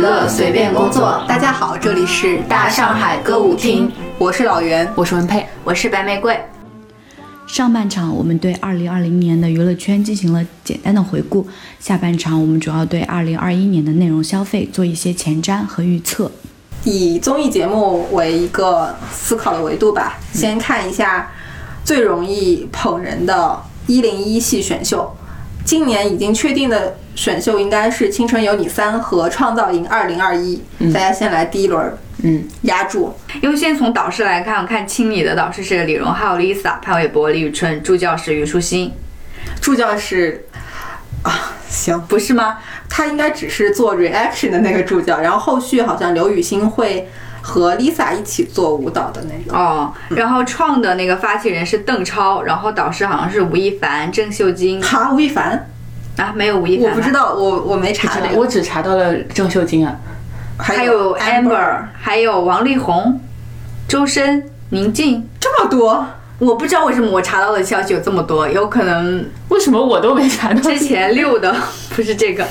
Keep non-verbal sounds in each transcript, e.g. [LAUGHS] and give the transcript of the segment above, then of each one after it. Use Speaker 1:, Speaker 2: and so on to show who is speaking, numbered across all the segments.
Speaker 1: 乐随便工作。
Speaker 2: 大家好，这里是大上海歌舞厅，我是老袁，
Speaker 3: 我是文佩。
Speaker 1: 我是白玫瑰，
Speaker 3: 上半场我们对2020年的娱乐圈进行了简单的回顾，下半场我们主要对2021年的内容消费做一些前瞻和预测。
Speaker 2: 以综艺节目为一个思考的维度吧，
Speaker 1: 嗯
Speaker 2: 先看一下最容易捧人的一零一系选秀。今年已经确定的选秀应该是《青春有你三》和《创造营二零二一》，
Speaker 1: 嗯
Speaker 2: 大家先来第一轮儿
Speaker 3: 嗯，
Speaker 2: 压住。
Speaker 1: 优先从导师来看，我看清理的导师是李荣浩、Lisa、潘玮柏、李宇春，助教是虞书欣，
Speaker 2: 助教是啊，行，
Speaker 1: 不是吗？
Speaker 2: 他应该只是做 reaction 的那个助教，然后后续好像刘雨昕会和 Lisa 一起做舞蹈的那个。
Speaker 1: 哦，然后创的那个发起人是邓超，然后导师好像是吴亦凡、郑秀晶
Speaker 2: 哈，吴亦凡，
Speaker 1: 啊，没有吴亦凡
Speaker 2: 我
Speaker 1: 吧，
Speaker 2: 不知道，我我没
Speaker 4: 不知
Speaker 2: 查
Speaker 4: 道
Speaker 2: 这，个。
Speaker 4: 我只查到了郑秀晶啊，
Speaker 1: 还
Speaker 2: 还
Speaker 1: 有
Speaker 2: amber，
Speaker 1: amber，还有王力宏、周深、宁静。
Speaker 2: 这么多，
Speaker 1: 我不知道为什么我查到的消息有这么多，有可能
Speaker 4: 为什么我都没查
Speaker 1: [LAUGHS]
Speaker 4: 到？
Speaker 1: 之前溜的不是这个。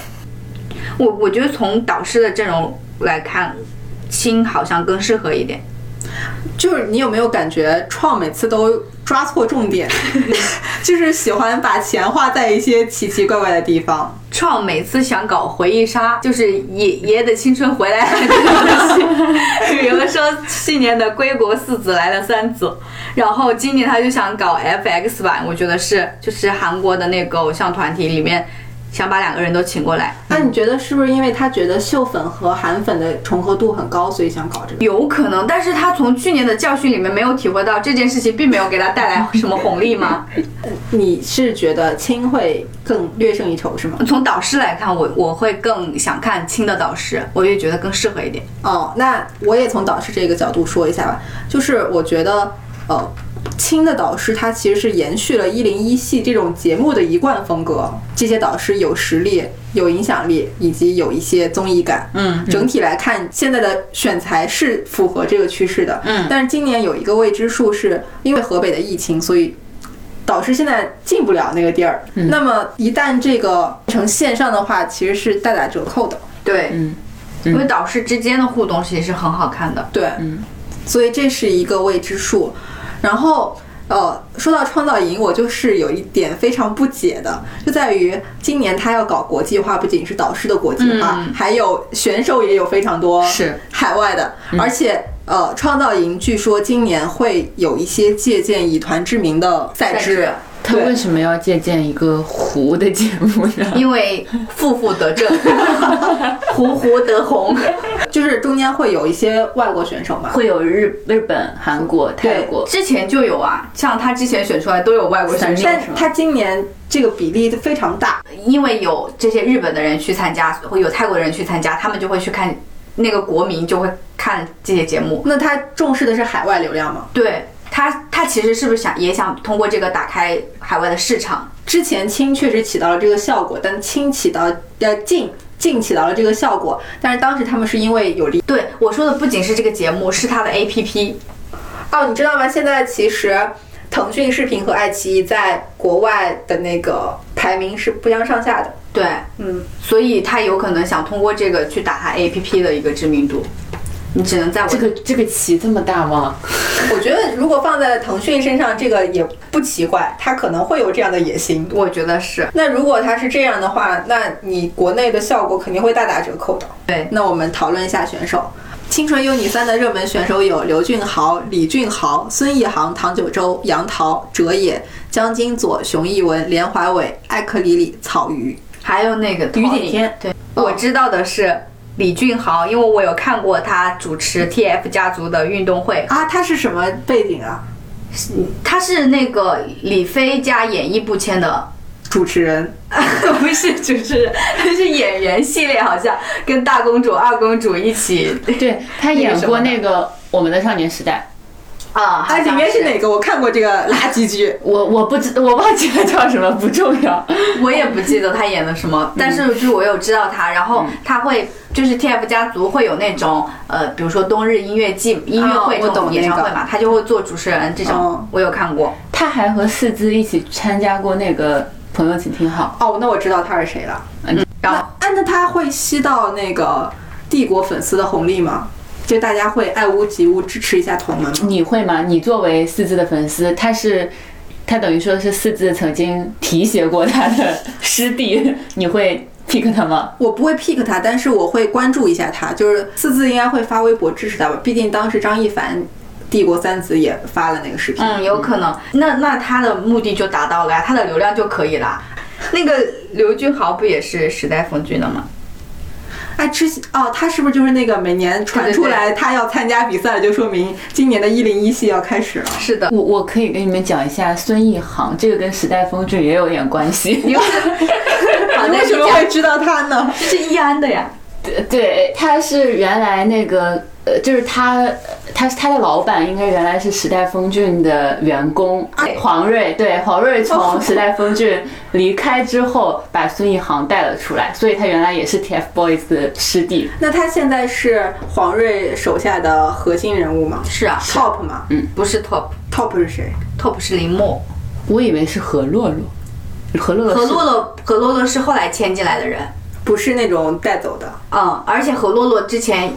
Speaker 1: 我我觉得从导师的阵容来看，青好像更适合一点。
Speaker 2: 就是你有没有感觉创每次都抓错重 [LAUGHS] 点，就是喜欢把钱花在一些奇奇怪怪的地方。
Speaker 1: 创每次想搞回忆杀，就是爷爷的青春回来了这个东西， [LAUGHS] 比如说去年的归国四子来了三子，然后今年他就想搞 FX 版，我觉得是就是韩国的那个偶像团体里面，想把两个人都请过来，
Speaker 2: 那你觉得是不是因为他觉得秀粉和韩粉的重合度很高，所以想搞这个？
Speaker 1: 有可能，但是他从去年的教训里面没有体会到这件事情并没有给他带来什么红利吗？
Speaker 2: 你是觉得青会更略胜一筹是吗？
Speaker 1: 从导师来看，我我会更想看青的导师，我也觉得更适合一点。
Speaker 2: 哦，那我也从导师这个角度说一下吧，就是我觉得，呃，青的导师他其实是延续了一零一系这种节目的一贯风格，这些导师有实力、有影响力，以及有一些综艺感。
Speaker 1: 嗯，
Speaker 2: 整体来看，现在的选材是符合这个趋势的。
Speaker 1: 嗯
Speaker 2: 但是今年有一个未知数，是因为河北的疫情，所以导师现在进不了那个地儿。
Speaker 1: 嗯
Speaker 2: 那么一旦这个成线上的话，其实是大打折扣的。
Speaker 1: 对，
Speaker 4: 嗯
Speaker 1: 因为导师之间的互动其实是很好看的。
Speaker 2: 对，所以这是一个未知数。然后，呃，说到创造营，我就是有一点非常不解的，就在于今年他要搞国际化，不仅是导师的国际化，
Speaker 1: 嗯
Speaker 2: 还有选手也有非常多
Speaker 1: 是嗯
Speaker 2: 海外的，而且。呃，创造营据说今年会有一些借鉴以团知名的赛
Speaker 1: 赛制
Speaker 2: 制，
Speaker 4: 他
Speaker 2: 对
Speaker 4: 为什么要借鉴一个湖的节目呢？
Speaker 1: 因为负负得正， [LAUGHS] 胡胡得红。
Speaker 2: 就是中间会有一些外国选手嘛，
Speaker 4: [LAUGHS] 会有日日本、韩国、泰
Speaker 2: 对
Speaker 4: 国，
Speaker 1: 之前就有啊，像他之前选出来都有外国选手，
Speaker 2: 但他今年这个比例非常大，
Speaker 1: 因为有这些日本的人去参加，会有泰国人去参加，他们就会去看那个国民就会看这些节目。
Speaker 2: 那他重视的是海外流量吗？
Speaker 1: 对他，他其实是不是想也想通过这个打开海外的市场？
Speaker 2: 之前氢确实起到了这个效果，但氢起到呃净净起到了这个效果，但是当时他们是因为有利
Speaker 1: 对我说的不仅是这个节目，是他的 APP。
Speaker 2: 哦，你知道吗？现在其实腾讯视频和爱奇艺在国外的那个排名是不相上下的。
Speaker 1: 对，
Speaker 2: 嗯，
Speaker 1: 所以他有可能想通过这个去打他 APP 的一个知名度。你只能在我
Speaker 4: 这个这个棋这么大吗？
Speaker 2: 我觉得如果放在腾讯身上，这个也不奇怪，他可能会有这样的野心。
Speaker 1: 我觉得是
Speaker 2: 那如果他是这样的话，那你国内的效果肯定会大打折扣的。
Speaker 1: 对
Speaker 2: 那我们讨论一下选手。《青春有你三》的热门选手有刘俊豪、李俊豪、孙一航、唐九洲、杨桃、哲野、江金左、熊艺文、连怀伟、艾克里里、草鱼。
Speaker 1: 还有那个
Speaker 2: 于
Speaker 1: 陶
Speaker 2: 景
Speaker 1: 宁
Speaker 2: 天，
Speaker 1: 对、我知道的是李俊豪，因为我有看过他主持 TF 家族的运动会，
Speaker 2: 啊，他是什么背景啊？
Speaker 1: 他是那个李飞加演艺部签的，
Speaker 2: 主持人。
Speaker 1: [LAUGHS] 不是主持人，他是演员系列，好像跟大公主、二公主一起
Speaker 4: 对他演过那个《我们的少年时代
Speaker 1: 啊，好
Speaker 2: 啊，
Speaker 1: 像
Speaker 2: 里面是？哪个？我看过这个垃圾剧。》，
Speaker 4: 我我不知我忘记了叫什么，不重要。
Speaker 1: 我也不记得他演的什么，但是就是我有知道他，然后他会就是 TF 家族会有那种呃，比如说冬日音乐季、音乐会
Speaker 2: 哦
Speaker 1: 这
Speaker 2: 我懂
Speaker 1: 种演唱会
Speaker 2: 那
Speaker 1: 嘛，他就会做主持人这种
Speaker 2: 哦，
Speaker 1: 我有看过。
Speaker 4: 他还和四姿一起参加过那个《朋友请听好
Speaker 2: 哦，那我知道他是谁了。
Speaker 1: 然后
Speaker 2: 那那他会吸到那个帝国粉丝的红利嘛，就大家会爱屋及乌，支持一下同门嘛。
Speaker 4: 你会吗？你作为四字的粉丝，他是他等于说是四字曾经提携过他的 [LAUGHS] 师弟，你会 pick 他吗？
Speaker 2: 我不会 pick 他，但是我会关注一下他，就是四字应该会发微博支持他吧，毕竟当时张一凡。帝国三子也发了那个视频，
Speaker 1: 嗯，有可能。那那他的目的就达到了呀，他的流量就可以了。那个刘俊豪不也是时代峰峻的吗？
Speaker 2: 哎，之前哦，他是不是就是那个每年传
Speaker 1: 对对
Speaker 2: 出
Speaker 1: 对
Speaker 2: 来他要参加比赛，就说明今年的一零一系要开始了？ [LAUGHS]
Speaker 1: 是的，
Speaker 4: 我我可以跟你们讲一下孙一航，这个跟时代峰峻也有点关系。
Speaker 1: 你又是好
Speaker 2: 啊
Speaker 1: 那
Speaker 2: 你为什
Speaker 1: 是
Speaker 2: 么
Speaker 1: 讲
Speaker 2: 会知道他呢？
Speaker 1: 这是易安的呀，
Speaker 4: [LAUGHS] 对对，他是原来那个呃，就是他他他的老板应该原来是时代峰峻的员工、
Speaker 1: 哎
Speaker 4: 黄睿，对黄睿从时代峰峻离开之后，把孙一航带了出来，所以他原来也是 TFBOYS 的师弟。
Speaker 2: [LAUGHS] 那他现在是黄睿手下的核心人物吗嗯
Speaker 1: 是啊，
Speaker 2: ？Top 吗
Speaker 1: 不是 top
Speaker 2: ？Top 是谁？
Speaker 1: top 是林默，
Speaker 4: 我以为是何洛洛，何洛洛
Speaker 1: 何
Speaker 4: 是
Speaker 1: 洛洛何洛洛是后来签进来的人，
Speaker 2: 不是那种带走的。
Speaker 1: 嗯，而且何洛洛之前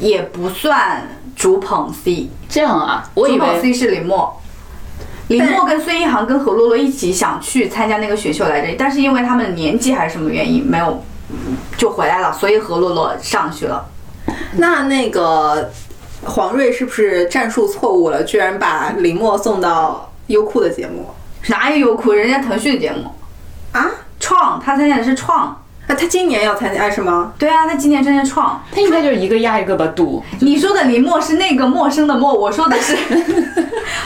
Speaker 1: 也不算主捧 C，
Speaker 4: 这样啊，我以
Speaker 1: 主
Speaker 4: 为
Speaker 1: 捧 C 是林默。林默跟孙一航跟何洛洛一起想去参加那个选秀来着，但是因为他们年纪还是什么原因，没有嗯就回来了，所以何洛洛上去了。
Speaker 2: 那那个黄睿是不是战术错误了？居然把林默送到优酷的节目
Speaker 1: 哪有优酷？人家腾讯的节目
Speaker 2: 啊？
Speaker 1: 创，他参加的是创。
Speaker 2: 那他今年要参加是吗？
Speaker 1: 对啊，他今年参加创。
Speaker 4: 他应该就是一个压一个吧赌。
Speaker 1: 你说的林默是那个陌生的陌，我说的是，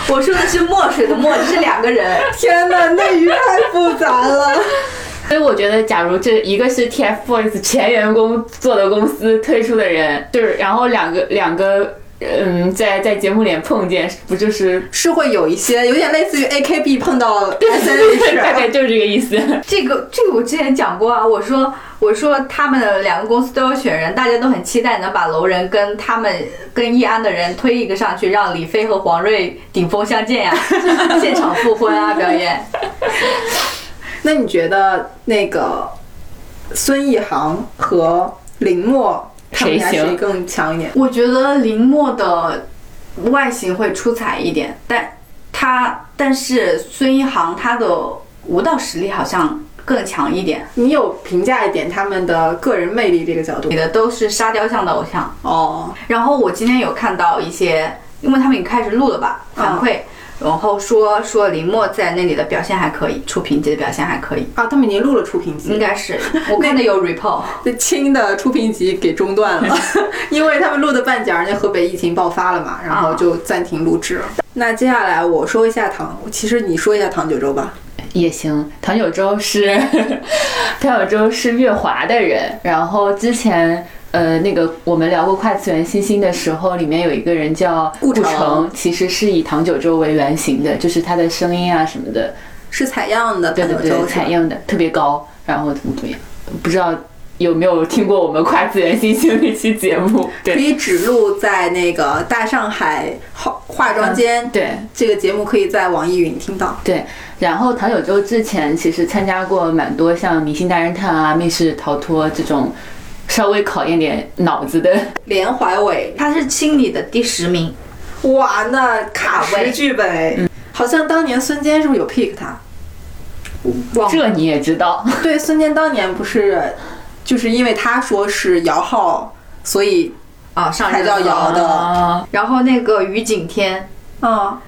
Speaker 1: 我说的是墨水的墨，这是两个人。
Speaker 2: 天哪，内娱太复杂了。
Speaker 4: 所以我觉得，假如这一个是 TFBOYS 前员工做的公司推出的人，就是然后两个两个嗯，在在节目里碰见，不就是
Speaker 2: 是会有一些有点类似于 AKB 碰到 SNH，
Speaker 4: 大概就是这啊个意思？
Speaker 1: 这个这个我之前讲过啊，我说我说他们的两个公司都要选人，大家都很期待能把楼人跟他们跟易安的人推一个上去，让李飞和黄睿顶峰相见呀、啊 [LAUGHS] 现场复婚啊表演。
Speaker 2: 那你觉得那个孙一航和林默他们
Speaker 4: 谁
Speaker 2: 俩谁
Speaker 4: 行
Speaker 2: 更强一点？
Speaker 1: 我觉得林默的外形会出彩一点，但他但是孙一航他的舞蹈实力好像更强一点。
Speaker 2: 你有评价一点他们的个人魅力这个角度
Speaker 1: 你的都是沙雕像的偶像。
Speaker 2: 哦，
Speaker 1: 然后我今天有看到一些，因为他们已经开始录了吧，反馈，然后说说林默在那里的表现还可以，出评级的表现还可以，
Speaker 2: 啊，他们已经录了初评
Speaker 1: 应
Speaker 2: 级，
Speaker 1: 该是我看的有 report，
Speaker 2: 那轻的初评级给中断了，
Speaker 4: 嗯
Speaker 2: [LAUGHS] 因为他们录的半截儿，那河北疫情爆发了
Speaker 4: 啊
Speaker 2: 嘛，然后就暂停录制了。那接下来我说一下唐，其实你说一下唐九洲吧。
Speaker 4: 也行。唐九洲是 [LAUGHS] 唐九洲是月华的人，然后之前。呃，那个我们聊过跨次元星星的时候，里面有一个人叫
Speaker 2: 顾城
Speaker 4: 城，其实是以唐九洲为原型的，就是他的声音啊什么的，
Speaker 2: 是采样的
Speaker 4: 对
Speaker 2: 唐
Speaker 4: 对
Speaker 2: 九
Speaker 4: 对，
Speaker 2: 洲，
Speaker 4: 采样的特别高，然后怎么怎么样，不知道有没有听过我们跨次元新星那期节 [LAUGHS] 目？
Speaker 2: 可
Speaker 4: 对
Speaker 2: 以只录在那个大上海化化妆间。
Speaker 4: 嗯对
Speaker 2: 这个节目可以在网易云听到。
Speaker 4: 对，然后唐九洲之前其实参加过蛮多像《明星大侦探》啊、《密室逃脱》这种稍微考验点脑子的
Speaker 2: 连怀伟，
Speaker 1: 他是清理的第十名，
Speaker 2: 哇，那卡
Speaker 1: 卡
Speaker 2: 什
Speaker 1: 位
Speaker 2: 剧本哎，
Speaker 4: 嗯
Speaker 2: 好像当年孙坚是不是有 pick 他？
Speaker 1: 忘了
Speaker 4: 这你也知 [LAUGHS] 道，
Speaker 2: 对，孙坚当年不是就是因为他说是姚浩，所以
Speaker 1: 啊上
Speaker 2: 才叫
Speaker 1: 热
Speaker 2: 姚
Speaker 1: 搜
Speaker 4: 嗯
Speaker 1: 了。
Speaker 2: 的。
Speaker 4: 啊
Speaker 1: 然后那个于景天，
Speaker 2: 嗯，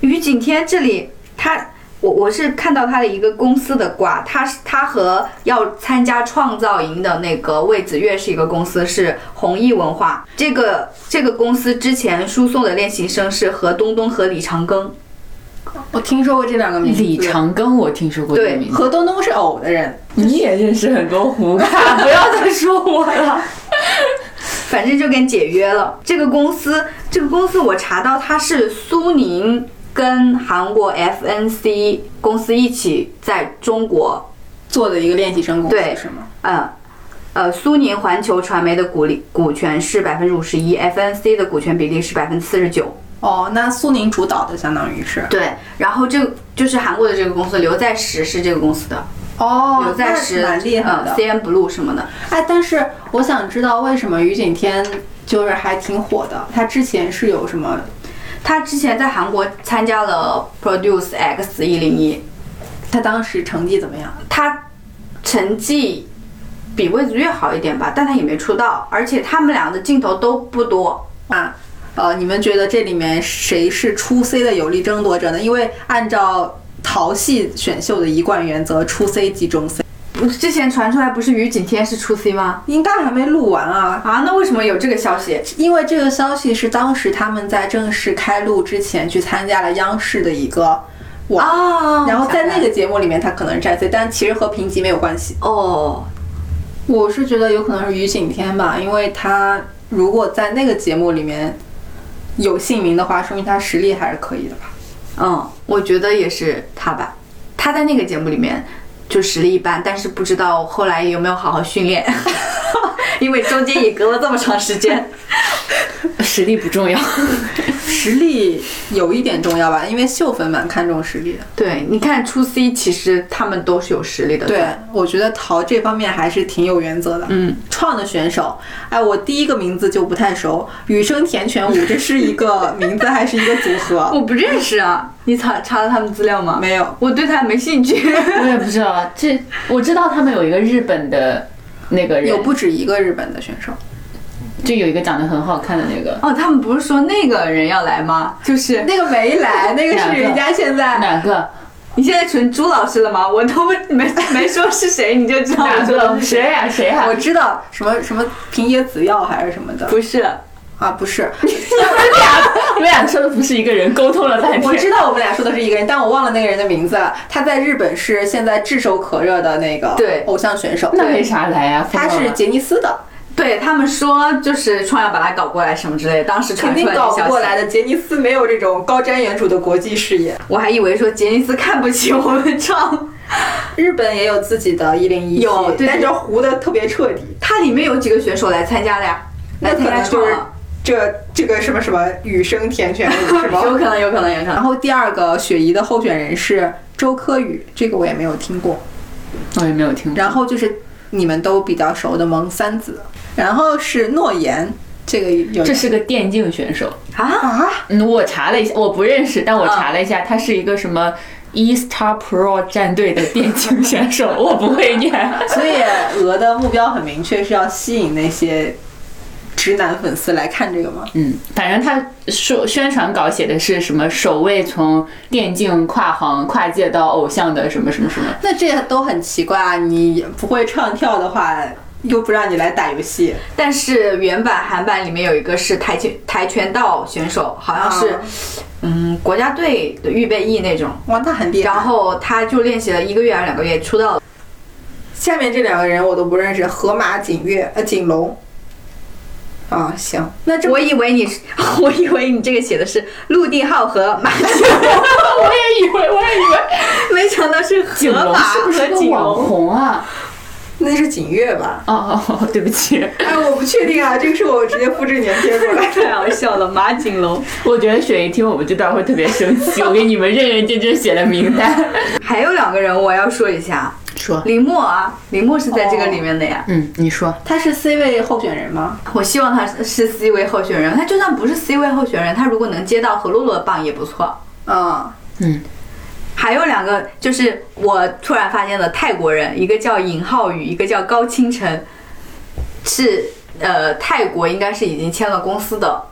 Speaker 1: 于景天这里，他我我是看到他的一个公司的瓜，他是他和要参加创造营的那个魏子越是一个公司，是弘毅文化。这个这个公司之前输送的练习生是何东东和李长庚，
Speaker 2: 我听说过这两个名字。
Speaker 4: 李长庚，我听说过这个
Speaker 1: 对
Speaker 4: 名字，
Speaker 2: 何东东是偶的人，
Speaker 4: [LAUGHS] 你也认识很多胡咖，不要再说我了。
Speaker 1: 反正就跟解约了。这个公司，这个公司我查到它是苏宁跟韩国 FNC 公司一起在中国
Speaker 2: 做的一个练习生公司
Speaker 1: 对
Speaker 2: 是吗？
Speaker 1: 呃，呃，苏宁环球传媒的股利股权是百分之五十一，FNC 的股权比例是百分之四十九。
Speaker 2: 哦，那苏宁主导的相当于是。
Speaker 1: 对，然后这个就是韩国的这个公司，刘在石是这个公司的，
Speaker 2: 哦，
Speaker 1: 刘在
Speaker 2: 那
Speaker 1: 石、
Speaker 2: 蛮厉害的
Speaker 1: 嗯、。，CN Blue 什么的，
Speaker 2: 哎，但是我想知道为什么于景天就是还挺火的？他之前是有什么？
Speaker 1: 他之前在韩国参加了 Produce X 一零一，
Speaker 2: 他当时成绩怎么样？
Speaker 1: 他成绩比魏子越好一点吧，但他也没出道，而且他们俩的镜头都不多。
Speaker 2: 啊，呃，你们觉得这里面谁是初 C 的有力争夺者呢？因为按照淘系选秀的一贯原则，初 C 即中 C，
Speaker 1: 不是之前传出来不是于景天是出 C 吗？
Speaker 2: 应该还没录完啊。
Speaker 1: 啊，那为什么有这个消息？
Speaker 2: 因为这个消息是当时他们在正式开录之前去参加了央视的一个网，
Speaker 1: 啊
Speaker 2: 然后在那个节目里面他可能是战 C，但其实和评级没有关系。
Speaker 1: 哦，
Speaker 2: 我是觉得有可能是于景天吧，因为他如果在那个节目里面有姓名的话，说明他实力还是可以的吧。
Speaker 1: 嗯，我觉得也是他吧，他在那个节目里面就实力一般，但是不知道后来有没有好好训练， [LAUGHS] 因为中间也隔了这么长时间。
Speaker 4: [LAUGHS] 实力不重要。
Speaker 2: 实力有一点重要吧，因为秀粉蛮看重实力的。
Speaker 1: [LAUGHS] 对，你看初 C，其实他们都是有实力的。
Speaker 2: 对，我觉得陶这方面还是挺有原则的。嗯，创的选手，哎，我第一个名字就不太熟，羽生田泉武，这是一个名字还是一个组合？ [LAUGHS]
Speaker 1: 我不认识啊，你查查了他们资料吗？
Speaker 2: 没有，
Speaker 1: 我对他没兴趣。
Speaker 4: [LAUGHS] 我也不知道，这我知道他们有一个日本的那个人，
Speaker 2: 有不止一个日本的选手。
Speaker 4: 就有一个长得很好看的那个，
Speaker 1: [LAUGHS] 哦，他们不是说那个人要来吗？就是
Speaker 2: 那个没来， [LAUGHS] 那个
Speaker 4: 两
Speaker 2: 是
Speaker 4: 个
Speaker 2: 人家现在
Speaker 4: 哪个
Speaker 1: 你现在纯朱老师了吗？我都没没说是谁，你就知道我
Speaker 4: 哪
Speaker 1: 说的
Speaker 4: 个
Speaker 1: 是谁。
Speaker 4: 谁呀、谁呀、
Speaker 2: [LAUGHS] 我知道什么什么平野紫耀还是什么的
Speaker 1: 不是，
Speaker 2: 啊，不 [LAUGHS] 是，
Speaker 4: [LAUGHS] 你们俩说的不是一个人，沟通了半
Speaker 2: 我
Speaker 4: 天。
Speaker 2: 知道我们俩说的是一个人，但我忘了那个人的名字了。他在日本是现在炙手可热的那个
Speaker 1: 对
Speaker 2: 偶像选手，
Speaker 4: 那为啥来呀、疯
Speaker 2: 他
Speaker 4: 了吗
Speaker 2: 是杰尼斯的，
Speaker 1: 对他们说，就是创要把他搞过来什么之类的，当时
Speaker 2: 肯
Speaker 1: 传出
Speaker 2: 定
Speaker 1: 来
Speaker 2: 搞
Speaker 1: 的
Speaker 2: 不
Speaker 1: 消
Speaker 2: 过来
Speaker 1: 息，
Speaker 2: 的。杰尼斯没有这种高瞻远瞩的国际视野。
Speaker 1: 我还以为说杰尼斯看不起我们创，
Speaker 2: 日本也有自己的一零一，
Speaker 1: 有对
Speaker 2: 但是糊的特别彻底。
Speaker 1: 它里面有几个选手来参加的呀，
Speaker 2: 那
Speaker 1: 来
Speaker 2: 可
Speaker 1: 参
Speaker 2: 能
Speaker 1: 加
Speaker 2: 就
Speaker 1: 创
Speaker 2: 是
Speaker 1: 了，
Speaker 2: 这这个什么什么羽生田泉武
Speaker 1: [LAUGHS]
Speaker 2: 是
Speaker 1: 有
Speaker 2: 吗？
Speaker 1: 可能，有可能，有可
Speaker 2: 然
Speaker 1: 能。
Speaker 2: 后第二个雪姨的候选人是周柯宇，这个我也没有听过。
Speaker 4: 我也没有听过。
Speaker 2: 然后就是你们都比较熟的萌三子，然后是诺言，这个有
Speaker 4: 这是个电竞选手，
Speaker 1: 啊，
Speaker 2: 啊，
Speaker 4: 嗯，我嗯查了一下，我不认识，但我查了一下，他是一个什么 E Star Pro 战队的电竞选 [LAUGHS] 手，我不会念。
Speaker 2: 所以鹅的目标很明确，是要吸引那些直男粉丝来看这个吗？
Speaker 4: 嗯，反正他说宣传稿写的是什么首位从电竞跨行跨界到偶像的什么什么什么，
Speaker 2: 那这都很奇怪啊！你不会唱跳的话，又不让你来打游戏，
Speaker 1: 但是原版韩版里面有一个是跆拳跆拳道选手，好像是
Speaker 2: 啊，
Speaker 1: 嗯，国家队的预备役那种。
Speaker 2: 哇，那很厉害。
Speaker 1: 然后他就练习了一个月还是两个月，出道了。
Speaker 2: 下面这两个人我都不认识，河马景月呃景龙。啊，行，那这
Speaker 1: 我以为你是， [LAUGHS] 我以为你这个写的是陆地浩和马 [LAUGHS] 景，
Speaker 4: [LAUGHS] 我也以为，我也以为
Speaker 1: 没想到是
Speaker 4: 景
Speaker 1: 河
Speaker 4: 龙
Speaker 1: 马
Speaker 4: 是不是
Speaker 1: 和
Speaker 4: 个
Speaker 1: 景
Speaker 4: 网
Speaker 1: 龙。
Speaker 4: 红啊？
Speaker 2: 那是景月吧？
Speaker 4: 哦哦，哦对不起，
Speaker 2: 哎，我不确定啊，这个是我直接复制粘贴
Speaker 1: [LAUGHS]
Speaker 2: 过来。
Speaker 1: 太好笑了，马景龙。
Speaker 4: 我觉得雪一听我们这段会特别生气，我给你们认认真真写了名单。
Speaker 1: 还有两个人我要说一下，
Speaker 4: 说，
Speaker 1: 林默啊，林默是在这个里面的呀。
Speaker 4: 嗯，你说，
Speaker 2: 他是 C 位候选人吗？
Speaker 1: 我希望他是 C 位候选人，他就算不是 C 位候选人，他如果能接到何洛洛的棒也不错。
Speaker 2: 啊、
Speaker 4: 嗯，
Speaker 1: 还有两个就是我突然发现的泰国人，一个叫尹浩宇，一个叫高清晨，是呃泰国应该是已经签了公司的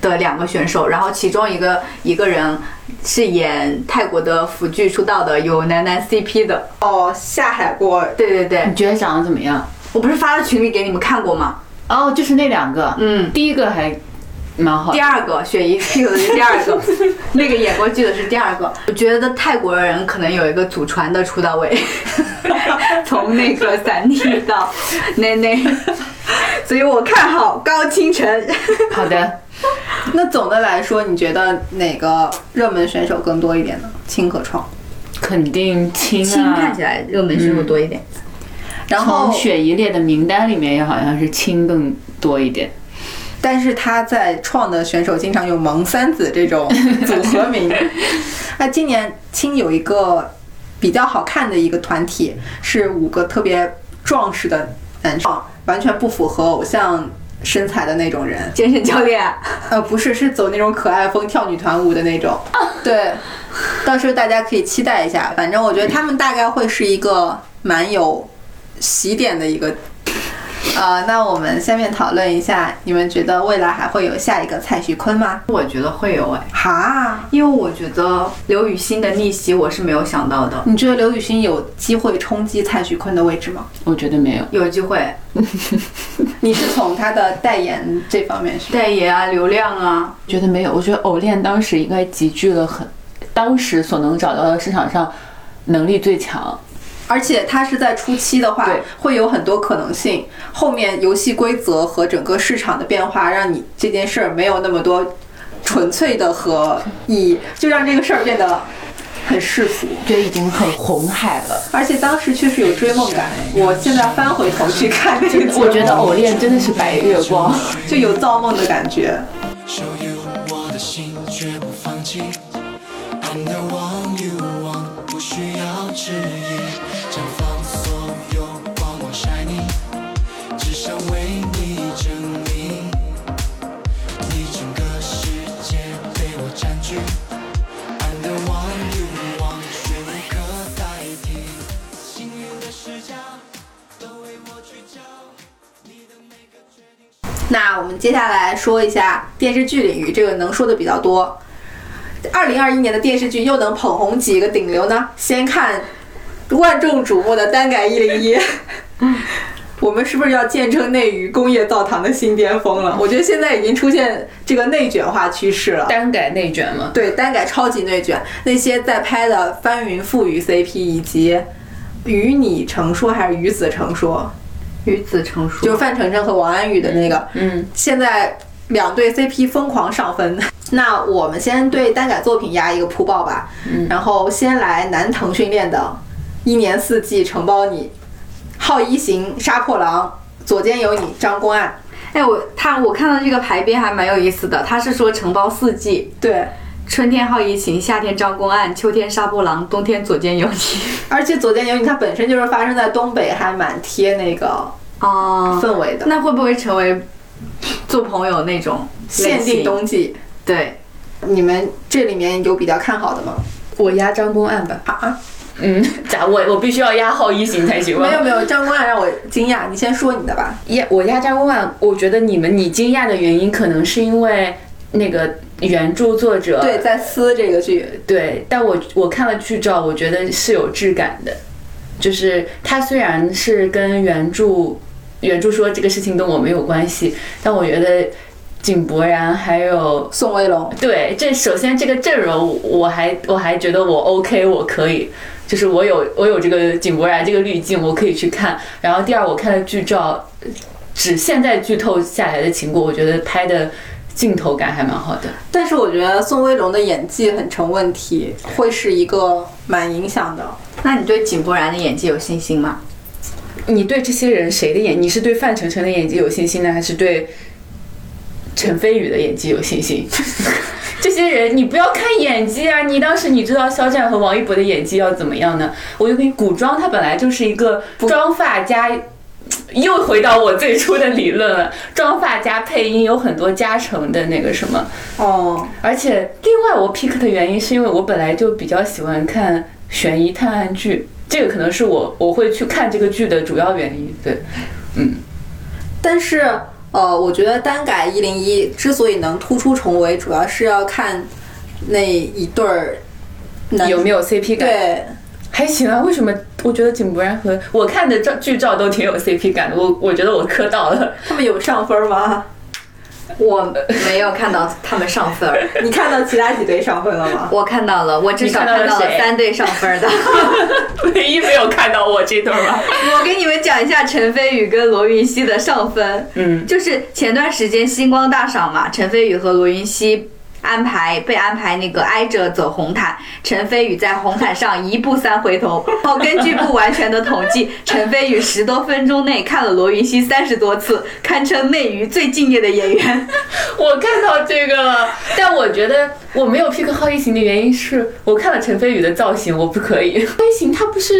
Speaker 1: 的两个选手，然后其中一个一个人是演泰国的腐剧出道的，有男男 CP 的，
Speaker 2: 哦，下海过
Speaker 1: 对对对
Speaker 4: 你，觉得长得怎么样？
Speaker 1: 我不是发到群里给你们看过吗？
Speaker 4: 哦，就是那两个，
Speaker 1: 嗯，
Speaker 4: 第一个还蛮好
Speaker 1: 第。二个雪姨 Q 的是第二 [LAUGHS] 个，那个演过剧的是第二个。我觉得泰国人可能有一个祖传的出道 [LAUGHS] 位，从那个散妮到奈奈，所以我看好高清晨。
Speaker 4: 好的，
Speaker 2: 那总的来说，你觉得哪个热门选手更多一点呢？青和创。
Speaker 4: 肯定亲
Speaker 1: 亲
Speaker 4: 啊。
Speaker 1: 看起来热门选手多一点，
Speaker 2: 然后
Speaker 4: 从，雪姨列的名单里面，也好像是亲更多一点。
Speaker 2: 但是他在创的选手经常有“萌三子”这种组合名。那今年青有一个比较好看的一个团体，是五个特别壮实的男生，完全不符合偶像身材的那种人。
Speaker 1: 健身教练，
Speaker 2: 呃，不是，是走那种可爱风跳女团舞的那种。 [LAUGHS] 对，到时候大家可以期待一下。反正我觉得他们大概会是一个蛮有喜点的一个。呃，那我们下面讨论一下，你们觉得未来还会有下一个蔡徐坤吗？
Speaker 1: 我觉得会有哎，
Speaker 2: 哈，
Speaker 1: 因为我觉得刘雨欣的逆袭我是没有想到的，
Speaker 2: 你觉得刘雨欣有机会冲击蔡徐坤的位置吗？
Speaker 4: 我觉得没有。
Speaker 1: 有机会
Speaker 2: 你是从他的代言这方面是吗？
Speaker 1: 代言啊，流量啊，
Speaker 4: 觉得没有，我觉得偶练当时应该集聚了很，当时所能找到的市场上能力最强。
Speaker 2: 而且他是在初期的话
Speaker 4: 对，
Speaker 2: 会有很多可能性。后面游戏规则和整个市场的变化，让你这件事儿没有那么多纯粹的和意义，就让这个事儿变得很世俗。
Speaker 4: 对，已经很红海了。
Speaker 2: 而且当时确实有追梦感。我现在翻回头去看这个节目，
Speaker 4: 我觉得偶练真的是白月光。
Speaker 2: 就有造梦的感觉。
Speaker 5: 属于我的心绝不放弃。I'm the one you want，不需要质疑，绽放所有光芒 shining，只想为你证明，你整个世界被我占据。I'm the one you want，绝无可代替，幸运的视角都为我聚焦，你的每个决定。
Speaker 2: 那我们接下来说一下电视剧领域，这个能说的比较多。二零二一年的电视剧又能捧红几个顶流呢？先看万众瞩目的《单改一零一》，我们是不是要见证内娱工业澡堂的新巅峰了？我觉得现在已经出现这个内卷化趋势了。
Speaker 4: [LAUGHS] 单改内卷嘛，
Speaker 2: 对，单改超级内卷，那些在拍的翻云覆雨 CP 以及与你成说还是与子成说，
Speaker 1: 与子成熟，
Speaker 2: 就是范丞丞和王安宇的那个，
Speaker 4: 嗯，
Speaker 2: 现在两对 CP 疯狂上分。 [LAUGHS] 那我们先对单改作品压一个铺报吧，然后先来男腾训练的，一年四季承包你，浩一行杀破狼，左肩有你张公案，
Speaker 1: 哎，我他我看到这个排编还蛮有意思的，他是说承包四季，
Speaker 2: 对，
Speaker 1: 春天好怡情，夏天张公案，秋天杀破狼，冬天左肩有你。
Speaker 2: 而且左肩有你它本身就是发生在东北，还蛮贴那个
Speaker 1: 哦，
Speaker 2: 氛围的，
Speaker 1: 那会不会成为做朋友那种
Speaker 2: 限
Speaker 1: 类型
Speaker 2: 定冬季。
Speaker 1: 对，
Speaker 2: 你们这里面有比较看好的吗？
Speaker 4: 我压张公案吧。
Speaker 2: 啊，
Speaker 4: 嗯，咋我我必须要压浩一行才行吗？
Speaker 2: 没有没有，张公案让我惊讶，你先说你的吧。
Speaker 4: 压我压张公案，我觉得你们你惊讶的原因可能是因为那个原著作者
Speaker 2: 对，在撕这个剧，
Speaker 4: 对，但我我看了剧照，我觉得是有质感的，就是它虽然是跟原著原著说这个事情跟我没有关系，但我觉得井柏然还有
Speaker 2: 宋威龙
Speaker 4: 对这首先这个阵容，我还我还觉得我 OK，我可以。就是我有我有这个井柏然这个滤镜，我可以去看。然后第二，我看了剧照，呃只现在剧透下来的情况，我觉得拍的镜头感还蛮好的。
Speaker 2: 但是我觉得宋威龙的演技很成问题，会是一个蛮影响的。
Speaker 1: 那你对井柏然的演技有信心吗？
Speaker 4: 你对这些人谁的演？你是对范丞丞的演技有信心呢，还是对陈飞宇的演技有信心？这些人，你不要看演技啊！你当时你知道肖战和王一博的演技要怎么样呢？我就跟你古装，它本来就是一个妆发加，又回到我最初的理论了，妆发加配音有很多加成的那个什么。
Speaker 2: 哦，
Speaker 4: 而且另外我 pick 的原因是因为我本来就比较喜欢看悬疑探案剧，这个可能是我我会去看这个剧的主要原因。对，
Speaker 2: 但是呃，我觉得单改一零一之所以能突出重围，主要是要看那一对儿男
Speaker 4: 有没有 CP 感？，
Speaker 2: 对
Speaker 4: 还行啊。为什么？我觉得井柏然和我看的照剧照都挺有 CP 感的，我我觉得我磕到了。 [LAUGHS]
Speaker 2: 他们有上分吗？
Speaker 1: 我没有看到他们上分 [LAUGHS] 儿，
Speaker 2: [LAUGHS] 你看到其他几对上分了吗？
Speaker 1: 我看到了，我至少
Speaker 4: 你看到
Speaker 1: 看
Speaker 4: 了
Speaker 1: 到了
Speaker 4: 谁
Speaker 1: 三对上分儿的。
Speaker 4: 唯一没有看到我这对儿 [LAUGHS] 吧？
Speaker 1: [LAUGHS] 我给你们讲一下陈飞宇跟罗云熙的上分，
Speaker 4: 嗯
Speaker 1: 就是前段时间星光大赏嘛，陈飞宇和罗云熙安排被安排那个挨着走红毯，陈飞宇在红毯上一步三回头。然后根据不完全的统计， [LAUGHS] 陈飞宇十多分钟内看了罗云熙三十多次，堪称内娱最敬业的演员。
Speaker 4: 我看到这个了，但我觉得我没有 pick 好一型的原因是我看了陈飞宇的造型，我不可以。 [LAUGHS] 飞行他不是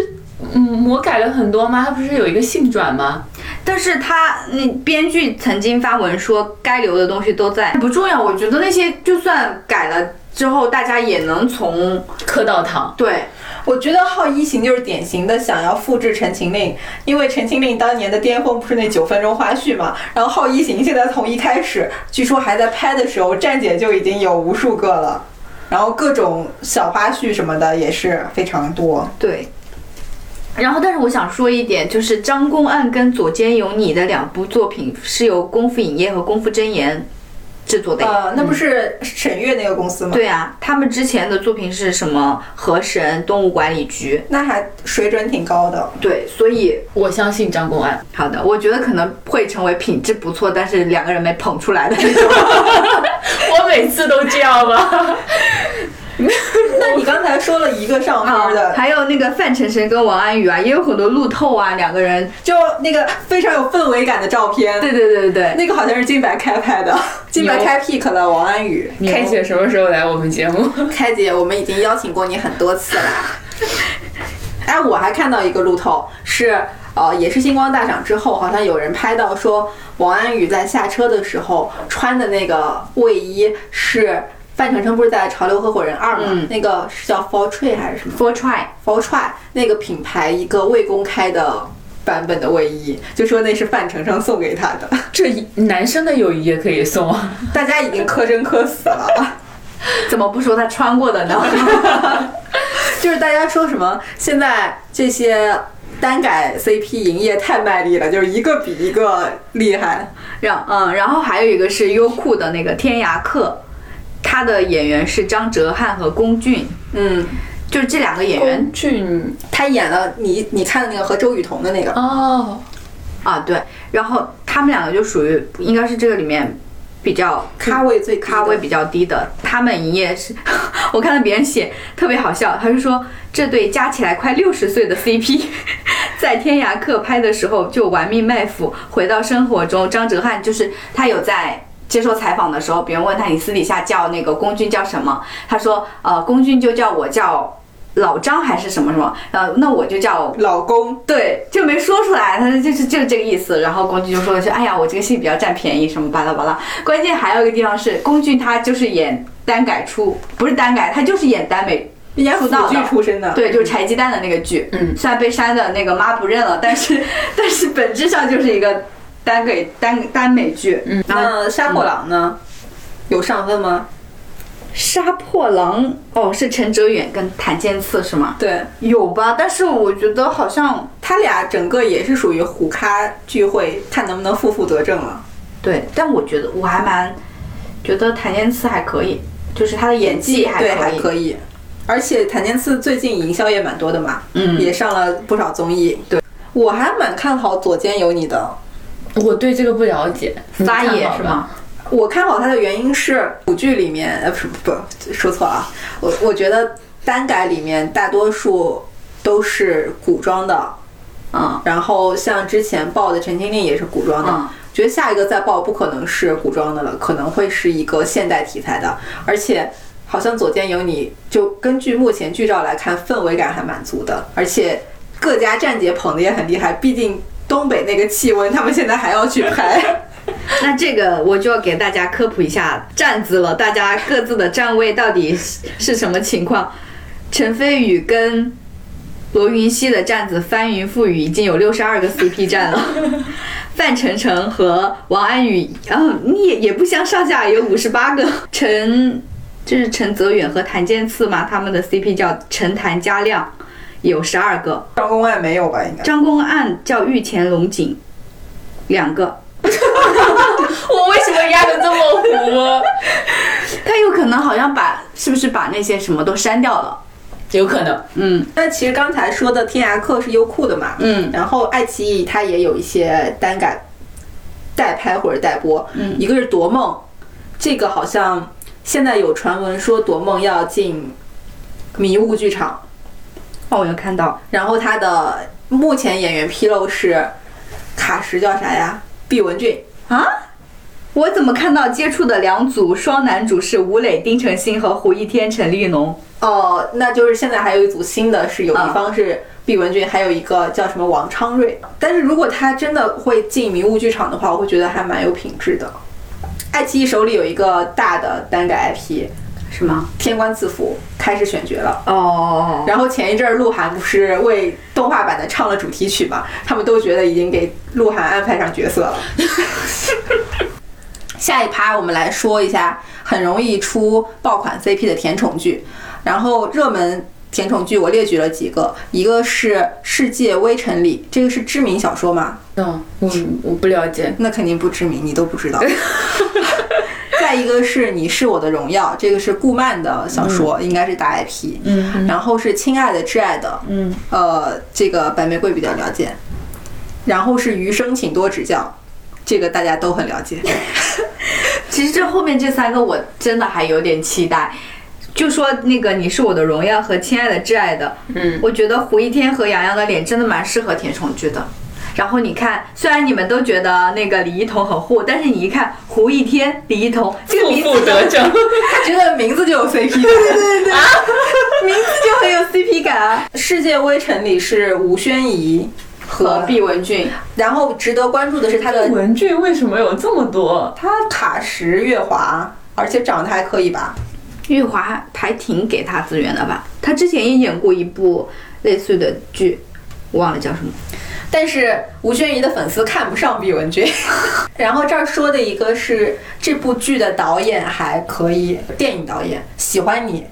Speaker 4: 嗯魔改了很多吗？他不是有一个性转吗？
Speaker 1: 但是他那编剧曾经发文说，该留的东西都在，不重要。我觉得那些就算改了之后，大家也能从
Speaker 4: 磕到糖，
Speaker 1: 对。
Speaker 2: 我觉得浩一行就是典型的想要复制《陈情令》，因为《陈情令》当年的巅峰不是那九分钟花絮嘛，然后浩一行现在从一开始，据说还在拍的时候，站姐就已经有无数个了，然后各种小花絮什么的也是非常多。
Speaker 1: 对。然后，但是我想说一点，就是《张公案》跟《左肩有你》的两部作品是由功夫影业和功夫真言制作的。
Speaker 2: 呃，那不是沈月那个公司吗？，
Speaker 1: 对啊，他们之前的作品是什么？河神、动物管理局。
Speaker 2: 那还水准挺高的。
Speaker 1: 对，所以
Speaker 4: 我相信张公安。
Speaker 1: 好的，我觉得可能会成为品质不错，但是两个人没捧出来的那种。 [LAUGHS]
Speaker 4: 我每次都这样吗？
Speaker 2: 那你刚才说了一个上分的，
Speaker 1: 还有那个范丞丞跟王安宇啊，也有很多路透啊，两个人。
Speaker 2: 就那个非常有氛围感的照片，
Speaker 1: 对对对对对，
Speaker 2: 那个好像是金白开拍的，金白开 pick 了王安宇。
Speaker 4: 开姐什么时候来我们节目？
Speaker 2: 开姐，我们已经邀请过你很多次啦。 [LAUGHS] 哎，我还看到一个路透是，呃，也是星光大赏之后，好像有人拍到说王安宇在下车的时候穿的那个卫衣是范丞丞不是在《潮流合伙人二》嘛，
Speaker 1: 嗯
Speaker 2: 那个是叫 For Tree 还是什么
Speaker 1: Four Try。
Speaker 2: For Try 那个品牌一个未公开的。版本的卫衣，就说那是范丞丞送给他的，
Speaker 4: [LAUGHS]
Speaker 2: [LAUGHS]
Speaker 4: 这男生的友谊也可以送啊！
Speaker 2: 大家已经磕真磕死了。
Speaker 1: 怎么不说他穿过的 [LAUGHS] 呢？
Speaker 2: 就是大家说什么现在这些单改 CP 营业太卖力了，就是一个比一个厉害。
Speaker 1: 然嗯，然后还有一个是优酷的那个《天涯客》，他的演员是张哲瀚和龚俊，
Speaker 2: 嗯，
Speaker 1: 就是这两个演员
Speaker 4: 袁俊
Speaker 2: 他演了你你看的那个和周雨彤的那
Speaker 1: 嗯
Speaker 2: 个，
Speaker 4: 哦，
Speaker 1: 啊，对，然后他们两个就属于应该是这个里面比较
Speaker 2: 咖位最低的
Speaker 1: 咖位比较低的，他们营业是， [LAUGHS] 我看到别人写特别好笑，他就说这对加起来快六十岁的 CP，在《 [LAUGHS] 天涯客》拍的时候就玩命卖腐，回到生活中，张哲瀚就是他有在。接受采访的时候，别人问他你私底下叫那个龚俊叫什么？他说，呃，龚俊就叫我叫老张还是什么什么，呃，那我就叫
Speaker 2: 老公，
Speaker 1: 对，就没说出来，他就是就是这个意思。然后龚俊就说了句：“哎呀，我这个戏比较占便宜，什么巴拉巴拉。”关键还有一个地方是，龚俊他就是演单改出，不是单改，他就是演耽美，
Speaker 2: 演
Speaker 1: 出
Speaker 2: 腐
Speaker 1: 道
Speaker 2: 剧
Speaker 1: 的。
Speaker 2: 出身的，
Speaker 1: 对，就是柴鸡蛋的那个剧，
Speaker 4: 嗯
Speaker 1: 虽然被删的那个妈不认了，但是但是本质上就是一个单给单单美剧。嗯，然后
Speaker 2: 那杀破狼呢？有上分吗？
Speaker 1: 杀破狼哦，是陈哲远跟谭健次是吗？
Speaker 2: 对
Speaker 1: 有吧，但是我觉得好像
Speaker 2: 他俩整个也是属于虎咖聚会，看能不能负负得正了。
Speaker 1: 对，但我觉得我还蛮觉得谭健次还可以，就是他的演技还
Speaker 2: 对
Speaker 1: 可
Speaker 2: 还
Speaker 1: 以。
Speaker 2: 可以，而且谭健次最近营销也蛮多的嘛，
Speaker 1: 嗯
Speaker 2: 也上了不少综艺。
Speaker 1: 对，
Speaker 2: 我还蛮看好左肩有你的。
Speaker 4: 我对这个不了解，
Speaker 1: 撒
Speaker 4: 你
Speaker 1: 野
Speaker 4: 看好
Speaker 1: 是
Speaker 4: 吧？
Speaker 1: 吗？
Speaker 2: 我看好它的原因是舞剧里面，呃，不是不说错了啊，我我觉得单改里面大多数都是古装的，
Speaker 1: 嗯，
Speaker 2: 然后像之前报的《陈情令》也是古装的，
Speaker 1: 嗯
Speaker 2: 觉得下一个再报不可能是古装的了，可能会是一个现代题材的，而且好像《左肩有你》就根据目前剧照来看，氛围感还蛮足的，而且各家站姐捧的也很厉害，毕竟东北那个气温，他们现在还要去拍。
Speaker 1: [LAUGHS] 那这个我就要给大家科普一下站姿了，大家各自的站位到底是是什么情况？陈飞宇跟罗云熙的站子翻云覆雨，已经有六十二个 CP 站了。
Speaker 2: [LAUGHS]
Speaker 1: 范丞丞和王安宇，嗯，你也也不相上下，有五十八个。陈，这是陈泽远和谭健次嘛？他们的 CP 叫陈谭加亮，有十二个。
Speaker 2: 张公案没有吧？应该
Speaker 1: 张公案叫御前龙井，两个。
Speaker 4: 我为什么压的这么糊？
Speaker 1: 他有可能好像把是不是把那些什么都删掉了？
Speaker 4: 有可能，
Speaker 1: 嗯
Speaker 2: 那其实刚才说的《天涯客》是优酷的嘛，
Speaker 1: 嗯，
Speaker 2: 然后爱奇艺它也有一些单改代拍或者代播，
Speaker 1: 嗯
Speaker 2: 一个是《夺梦》，这个好像现在有传闻说夺梦要进迷雾剧场，
Speaker 1: 哦，我有看到，
Speaker 2: 然后他的目前演员披露是卡什叫啥呀？毕文俊。
Speaker 1: 我怎么看到接触的两组双男主是吴磊、丁程鑫和胡一天、陈立农？
Speaker 2: 哦，那就是现在还有一组新的，是有一
Speaker 1: 啊
Speaker 2: 方是毕文俊，还有一个叫什么王昌瑞。但是如果他真的会进迷雾剧场的话，我会觉得还蛮有品质的。爱奇艺手里有一个大的单改 IP《
Speaker 1: 是吗？
Speaker 2: 天官赐福》，开始选角了。
Speaker 1: 哦，
Speaker 2: 然后前一阵儿鹿晗不是为动画版的唱了主题曲嘛，他们都觉得已经给鹿晗安排上角色了。 [LAUGHS] 下一趴我们来说一下很容易出爆款 CP 的甜宠剧，然后热门。甜宠剧我列举了几个，一个是《世界微尘里》，这个是知名小说吗？
Speaker 4: 嗯，我我不了解。
Speaker 2: 那肯定不知名，你都不知道。 [LAUGHS] 再一个是你是我的荣耀，这个是顾漫的小说，应该是大 IP。嗯，然后是亲爱的挚爱的，嗯，呃，这个白玫瑰比较了解。然后是余生，请多指教，这个大家都很了解。
Speaker 1: 其实这后面这三个我真的还有点期待。就说那个你是我的荣耀和亲爱的挚爱的，
Speaker 4: 嗯，
Speaker 1: 我觉得胡一天和杨洋的脸真的蛮适合甜宠剧的。然后你看，虽然你们都觉得那个李一桐很护，但是你一看胡一天、李一桐这个
Speaker 4: 负
Speaker 1: 名
Speaker 4: 负
Speaker 1: 字就
Speaker 4: 得正。
Speaker 2: 他觉得名字就有 CP 感。对对对，
Speaker 1: 名字就很有 CP 感啊。
Speaker 2: 世界微尘里是吴宣仪
Speaker 1: 和
Speaker 2: 和
Speaker 1: 毕文俊，
Speaker 2: 然后值得关注的是他的
Speaker 4: 文具为什么有这么多？
Speaker 2: 他卡什月华，而且长得还可以吧？
Speaker 1: 玉华还挺给他资源的吧？他之前也演过一部类似的剧，我忘了叫什么。
Speaker 2: 但是吴宣仪的粉丝看不上毕
Speaker 4: [LAUGHS]
Speaker 2: 文君。然后这儿说的一个是这部剧的导演还可以，电影导演喜欢你，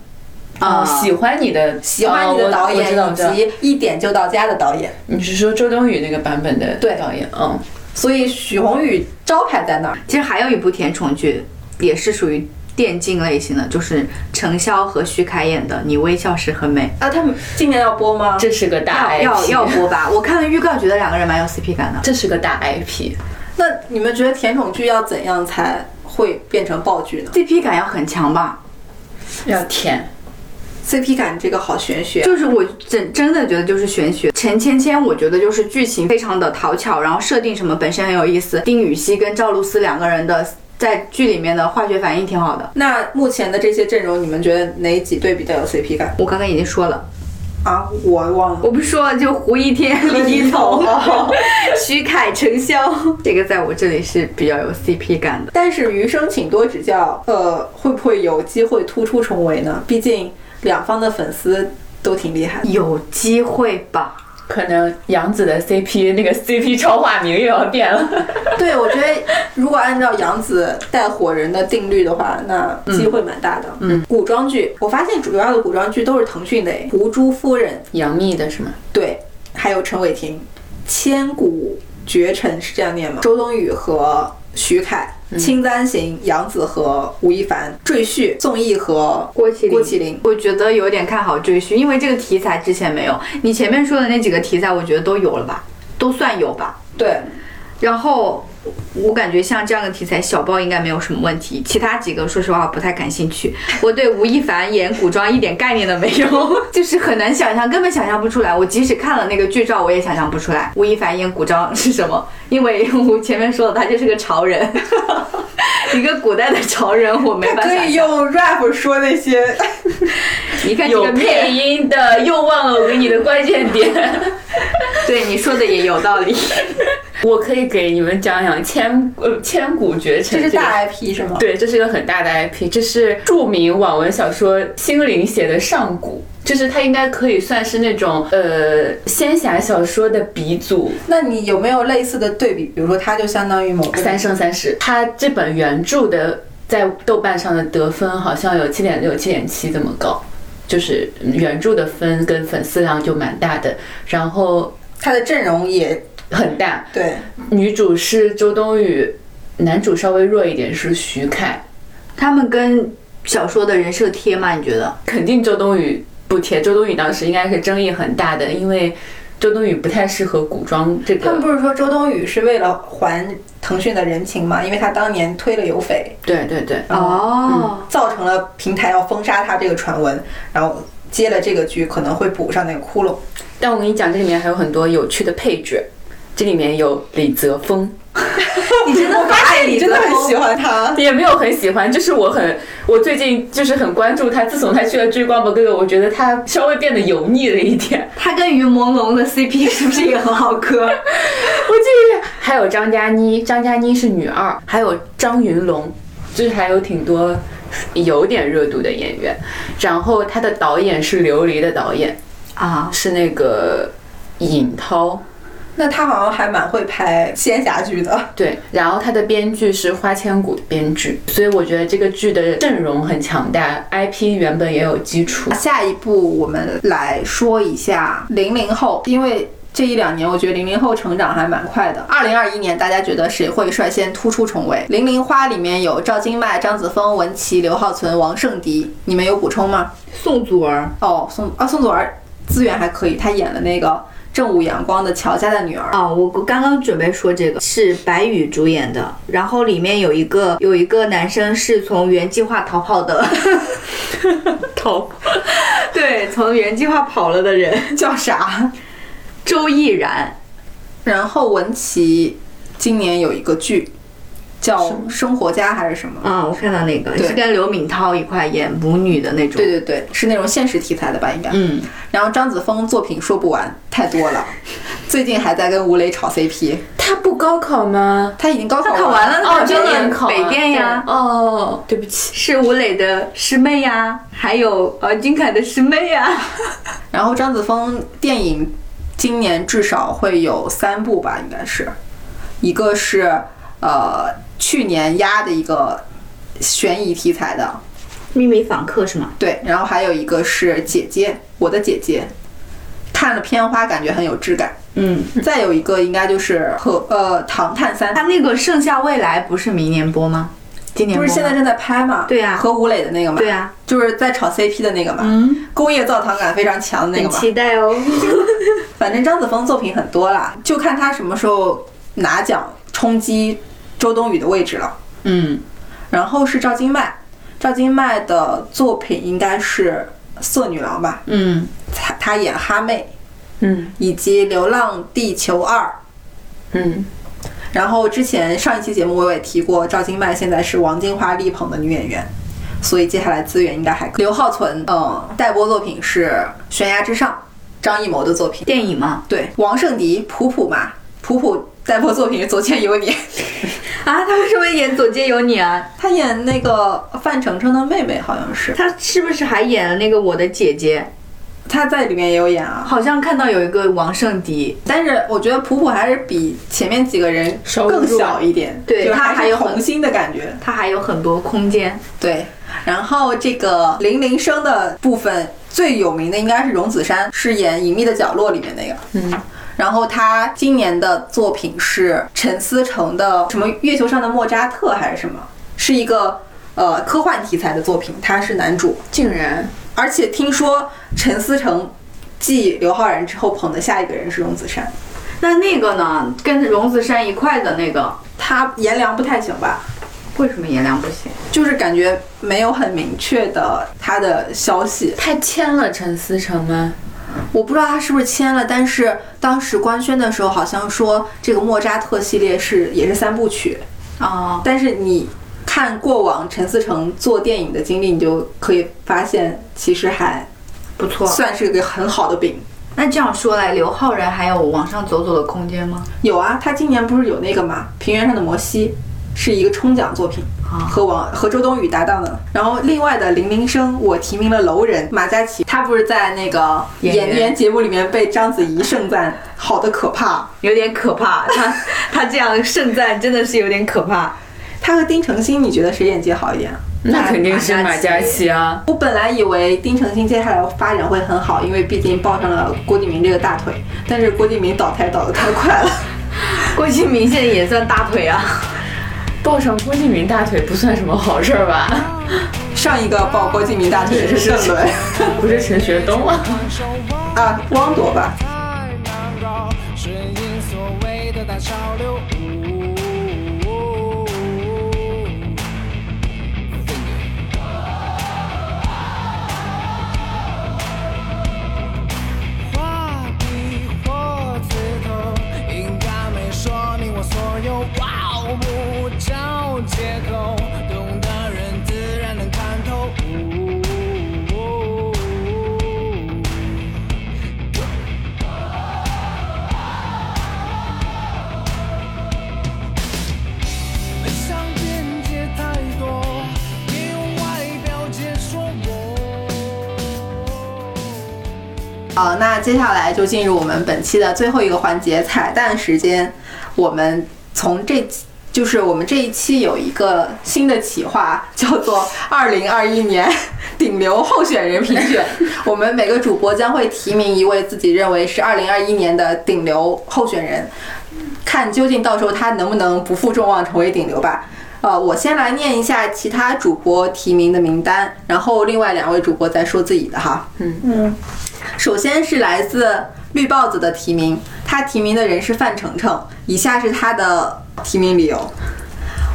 Speaker 4: 哦喜欢你的，
Speaker 2: 喜欢你的
Speaker 4: 哦
Speaker 2: 导
Speaker 4: 我我知道
Speaker 2: 演以
Speaker 4: 我知道
Speaker 2: 及一点就到家的导演。
Speaker 4: 你是说周冬雨那个版本的
Speaker 2: 对
Speaker 4: 导演？嗯，
Speaker 2: 所以许宏宇招牌在那儿，
Speaker 1: 其实还有一部甜宠剧，也是属于电竞类型的，就是程潇和徐凯演的《你微笑时很美
Speaker 2: 啊，他们今年要播吗？哎
Speaker 4: 这是个》，大
Speaker 1: 要要
Speaker 4: IP，
Speaker 1: 要播吧？我看了预告，觉得两个人蛮有 CP 感的。
Speaker 4: 这是个大 IP。
Speaker 2: 那你们觉得甜宠剧要怎样才会变成爆剧呢
Speaker 1: CP 感要很强吧？
Speaker 4: 要甜，
Speaker 2: ？CP 感这个好玄学，
Speaker 1: 就是我真真的觉得就是玄学。陈芊芊，我觉得就是剧情非常的讨巧，然后设定什么本身很有意思。丁禹兮跟赵露思两个人的在剧里面的化学反应挺好的。
Speaker 2: 那目前的这些阵容，你们觉得哪几对比较有 CP 感
Speaker 1: 我刚刚已经说了，
Speaker 2: 啊？我忘了，
Speaker 1: 我不是说就胡一天、哦李一桐、 [LAUGHS] 徐凯、程潇，这个在我这里是比较有 CP 感的。
Speaker 2: 但是余生请多指教，呃，会不会有机会突出重围呢？毕竟两方的粉丝都挺厉害的。
Speaker 1: 有机会吧？
Speaker 4: 可能杨紫的 CP 那个 CP 超话名又要变了。
Speaker 2: 对，我觉得如果按照杨紫带火人的定律的话，那机会蛮大的。嗯，古装剧，我发现主要的古装剧都是腾讯的诶，《胡珠夫人》
Speaker 4: [LAUGHS] 杨幂的是吗？
Speaker 2: 对，还有陈伟霆，《千古绝尘》是这样念吗？周冬雨和徐凯。青簪行，杨紫和吴亦凡，赘婿宋轶和
Speaker 1: 郭麒麟，
Speaker 2: 郭麒麟，
Speaker 1: 我觉得有点看好赘婿，因为这个题材之前没有。你前面说的那几个题材，我觉得都有了吧，都算有吧。
Speaker 2: 对，
Speaker 1: 然后我感觉像这样的题材，小报应该没有什么问题。其他几个，说实话，我不太感兴趣。我对吴亦凡演古装一点概念都没 [LAUGHS] 有，就是很难想象，根本想象不出来。我即使看了那个剧照，我也想象不出来吴亦凡演古装是什么，因为我前面说的，他就是个潮 [LAUGHS] 人，一个古代的潮人，我没
Speaker 2: 他
Speaker 1: 法
Speaker 2: [LAUGHS] 可
Speaker 1: 想
Speaker 2: 以
Speaker 1: 象。
Speaker 2: 用 rap 说那些
Speaker 1: 一看这
Speaker 4: 有
Speaker 1: 个
Speaker 4: 配
Speaker 1: 面，
Speaker 4: 音的，又忘了我给你的关键点。
Speaker 1: 对你说的也有道理。
Speaker 4: [LAUGHS] 我可以给你们讲讲千呃千古绝尘、
Speaker 2: 这
Speaker 4: 个，
Speaker 2: 是大 IP 是吗？
Speaker 4: 对，这是一个很大的 IP，这是著名网文小说心灵写的上古，就是它应该可以算是那种呃仙侠小说的鼻祖。
Speaker 2: 那你有没有类似的对比？比如说，它就相当于某个
Speaker 4: 三生三世，它这本原著的在豆瓣上的得分好像有七点六、七点七这么高，就是原著的分跟粉丝量就蛮大的，然后
Speaker 2: 它的阵容也
Speaker 4: 很大。
Speaker 2: 对，
Speaker 4: 女主是周冬雨，男主稍微弱一点是徐凯，
Speaker 1: 他们跟小说的人设贴吗？你觉得？
Speaker 4: 肯定周冬雨不贴。周冬雨当时应该是争议很大的，因为。周冬雨不太适合古装这
Speaker 2: 他们
Speaker 4: 个。
Speaker 2: 不是说周冬雨是为了还腾讯的人情吗？因为她当年推了有匪，
Speaker 4: 对对对，
Speaker 1: 哦，
Speaker 2: 造成了平台要封杀她这个传闻，然后接了这个剧可能会补上那个窟窿。
Speaker 4: 但我跟你讲，这里面还有很多有趣的配角，这里面有李泽峰，
Speaker 1: 你真的很爱
Speaker 2: 你
Speaker 1: 李
Speaker 2: 真的
Speaker 1: 泽
Speaker 2: 很喜
Speaker 1: 峰，
Speaker 2: 欢她，
Speaker 4: [LAUGHS] 也没有很喜欢，就是我很，我最近就是很关注他。自从他去了《追光吧哥哥》，我觉得他稍微变得油腻了一点。 [LAUGHS]
Speaker 1: 他跟于朦胧的 CP [LAUGHS] 是不是也很好磕？
Speaker 4: 我记得还有张嘉倪，张嘉倪是女二，还有张云龙，就是还有挺多有点热度的演员。然后他的导演是琉璃的导演，
Speaker 1: 啊，
Speaker 4: 是那个尹涛，
Speaker 2: 那她好像还蛮会拍仙侠剧的。
Speaker 4: 对。然后他的编剧是花千骨的编剧，所以我觉得这个剧的阵容很强大，IP 原本也有基础。
Speaker 2: 下一步我们来说一下零零后，因为这一两年我觉得零零后成长还蛮快的。二零二一年大家觉得谁会率先突出重围？《零零花》里面有赵今麦、张子枫、文琪、刘浩存、王圣迪，你们有补充吗？
Speaker 1: 宋祖儿，
Speaker 2: 哦，宋啊宋祖儿资源还可以，她演了那个正午阳光的乔家的女儿。 [LAUGHS]
Speaker 6: 哦，我刚刚准备说这个是白宇主演的，然后里面有一个有一个男生是从原计划逃跑
Speaker 1: [LAUGHS]
Speaker 6: 的，
Speaker 1: 头，
Speaker 6: [LAUGHS]
Speaker 1: 对，从原计划跑了的人叫啥？周亦然，
Speaker 2: 然后文琪今年有一个剧叫《生活家》还是什么？
Speaker 6: 啊、我看到那个
Speaker 2: 对
Speaker 6: 是跟刘敏涛一块演母女的那种，
Speaker 2: 对对对，是那种现实题材的吧？应该。
Speaker 6: 嗯，
Speaker 2: 然后张子枫作品说不完，太多
Speaker 1: [LAUGHS]
Speaker 2: 了。最近还在跟吴磊炒 CP，
Speaker 4: 他不高考吗？
Speaker 2: 他已经高
Speaker 1: 他
Speaker 2: 考
Speaker 1: 考完了，
Speaker 4: 哦
Speaker 1: 他
Speaker 4: 真的
Speaker 1: 演
Speaker 4: 考啊
Speaker 1: 北电呀，
Speaker 4: 哦，对不起，
Speaker 1: 是吴磊的师妹呀，还有呃金凯的师妹呀。
Speaker 2: 然后张子枫电影今年至少会有三部吧，应该是，一个是呃去年压的一个悬疑题材的，
Speaker 6: 秘密访客是吗？
Speaker 2: 对，然后还有一个是姐姐，我的姐姐，看了片花感觉很有质感。
Speaker 6: 嗯，
Speaker 2: 再有一个应该就是和呃《唐探三》
Speaker 6: 他，那个盛夏未来不是明年播吗？今年
Speaker 2: 不
Speaker 6: 播
Speaker 2: 是
Speaker 6: 吗
Speaker 2: 现在正在拍嘛？
Speaker 6: 对啊
Speaker 2: 和吴磊的那个嘛，
Speaker 6: 对啊，
Speaker 2: 就是在炒 CP 的那个嘛，嗯，工业造糖感非常强的那
Speaker 6: 很
Speaker 2: 个嘛。
Speaker 6: 期待哦。 [LAUGHS]
Speaker 2: 反正张子枫作品很多啦，就看他什么时候拿奖冲击周冬雨的位置了。
Speaker 4: 嗯，
Speaker 2: 然后是赵今麦，赵今麦的作品应该是《色女郎》吧？
Speaker 4: 嗯
Speaker 2: 她她演哈妹，
Speaker 4: 嗯
Speaker 2: 以及《流浪地球二》。
Speaker 4: 嗯，
Speaker 2: 然后之前上一期节目我也提过，赵今麦现在是王金花力捧的女演员，所以接下来资源应该还可以。刘浩存，嗯，待播作品是《悬崖之上》，张艺谋的作品。
Speaker 6: 电影嘛，
Speaker 2: 对，王圣迪，普普嘛，普普待播作品是《左见有你》，
Speaker 1: 啊，他为什么演《左街有你》啊？
Speaker 2: 他演那个范丞丞的妹妹，好像是
Speaker 6: 他是不是还演了那个我的姐姐？
Speaker 2: 他在里面也有演啊。
Speaker 6: 好像看到有一个王圣迪，
Speaker 2: 但是我觉得普普还是比前面几个人
Speaker 4: 稍微
Speaker 2: 更
Speaker 4: 弱
Speaker 2: 小一点，
Speaker 6: 对
Speaker 2: 就
Speaker 6: 他
Speaker 2: 还
Speaker 6: 还
Speaker 2: 是
Speaker 6: 有
Speaker 2: 童星的感觉。
Speaker 6: 他还有很多空间。
Speaker 2: 对，然后这个零零声的部分最有名的应该是荣梓杉，是演《隐秘的角落》里面那个。
Speaker 4: 嗯。
Speaker 2: 然后他今年的作品是陈思诚的什么《月球上的莫扎特》还是什么，是一个呃科幻题材的作品，他是男主。
Speaker 4: 竟然
Speaker 2: 而且听说陈思诚继刘昊然之后捧的下一个人是荣梓杉，
Speaker 1: 那那个呢？跟荣梓杉一块的那个，
Speaker 2: 他颜良不太行吧？
Speaker 6: 为什么颜良不行？
Speaker 2: 就是感觉没有很明确的他的消息，
Speaker 4: 他签了陈思诚吗？
Speaker 2: 我不知道他是不是签了，但是当时官宣的时候好像说这个莫扎特系列是也是三部曲，
Speaker 1: 哦，
Speaker 6: 啊
Speaker 2: 但是你看过往陈思诚做电影的经历，你就可以发现其实还
Speaker 6: 不错。
Speaker 2: 算是个很好的饼。
Speaker 6: 那这样说来，刘昊然还有往上走走的空间吗？
Speaker 2: 有啊，他今年不是有那个嘛，《平原上的摩西》是一个冲奖作品，和王和周冬雨搭档的。然后另外的《零零声》，我提名了楼人马嘉祺，他不是在那个
Speaker 6: 演员
Speaker 2: 演员节目里面被章子怡盛赞，好的可怕。
Speaker 1: 有点可怕。他他这样盛赞真的是有点可怕。
Speaker 2: 他和丁程鑫，你觉得谁演技好一点？
Speaker 4: 那肯定是马嘉祺啊！
Speaker 2: 我本来以为丁程鑫接下来发展会很好，因为毕竟抱上了郭敬明这个大腿，但是郭敬明倒台倒得太快了。
Speaker 1: 郭敬明现在也算大腿啊。
Speaker 4: 抱上郭敬明大腿不算什么好事儿 [LAUGHS] 吧？
Speaker 2: 上一个抱郭敬明大腿的是邓伦
Speaker 4: 不是陈学冬啊？
Speaker 2: 啊，汪铎吧？
Speaker 5: 太难过开潮流。画笔或字头，应该没说明我所有。哇哦，不找借口，懂的人自然能看透。本想辩解太多，别用外表解说我。
Speaker 2: 好，那接下来就进入我们本期的最后一个环节——彩蛋时间。我们从这期，就是我们这一期有一个新的企划，叫做“二零二一年 [LAUGHS] 顶流候选人评选”。我们每个主播将会提名一位自己认为是二零二一年的顶流候选人，看究竟到时候他能不能不负众望成为顶流吧。呃，我先来念一下其他主播提名的名单，然后另外两位主播再说自己的哈。首先是来自绿豹子的提名，他提名的人是范丞丞。以下是他的提名理由：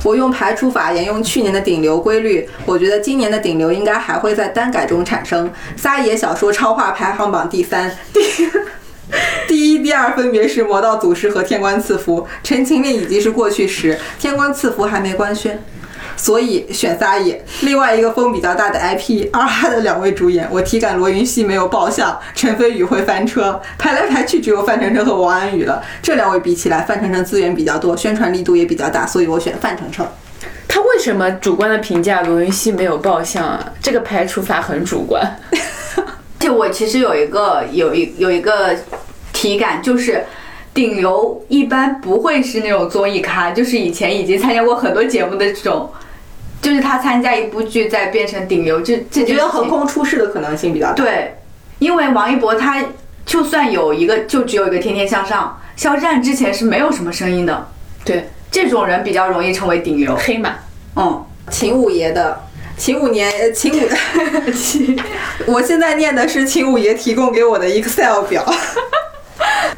Speaker 2: 我用排除法沿用去年的顶流规律，我觉得今年的顶流应该还会在单改中产生。撒野小说超话排行榜第三， [LAUGHS] 第第一、第二分别是《魔道祖师》和《天官赐福》，《陈情令》已经是过去时，《天官赐福》还没官宣。所以选撒野。另外一个风比较大的 IP，二哈的两位主演，我体感罗云熙没有爆笑，陈飞宇会翻车，排来排去只有范丞丞和王安宇了。这两位比起来，范丞丞资源比较多，宣传力度也比较大，所以我选范丞丞。
Speaker 4: 他为什么主观的评价罗云熙没有爆相啊？这个排除法很主观。
Speaker 6: 这我其实有一个有一有一个体感，就是
Speaker 1: 顶流一般不会是那种综艺咖，就是以前已经参加过很多节目的这种，就是他参加一部剧再变成顶流，这这件
Speaker 2: 我觉得
Speaker 1: 事情
Speaker 2: 横空出世的可能性比较大。
Speaker 1: 对，因为王一博他就算有一个，就只有一个《天天向上》，肖战之前是没有什么声音的，
Speaker 4: 对，
Speaker 1: 这种人比较容易成为顶流。
Speaker 4: 黑马
Speaker 1: 嗯，
Speaker 2: 秦五爷的。秦五年，呃秦五， [LAUGHS] 我现在念的是秦五爷提供给我的 Excel 表。 [LAUGHS]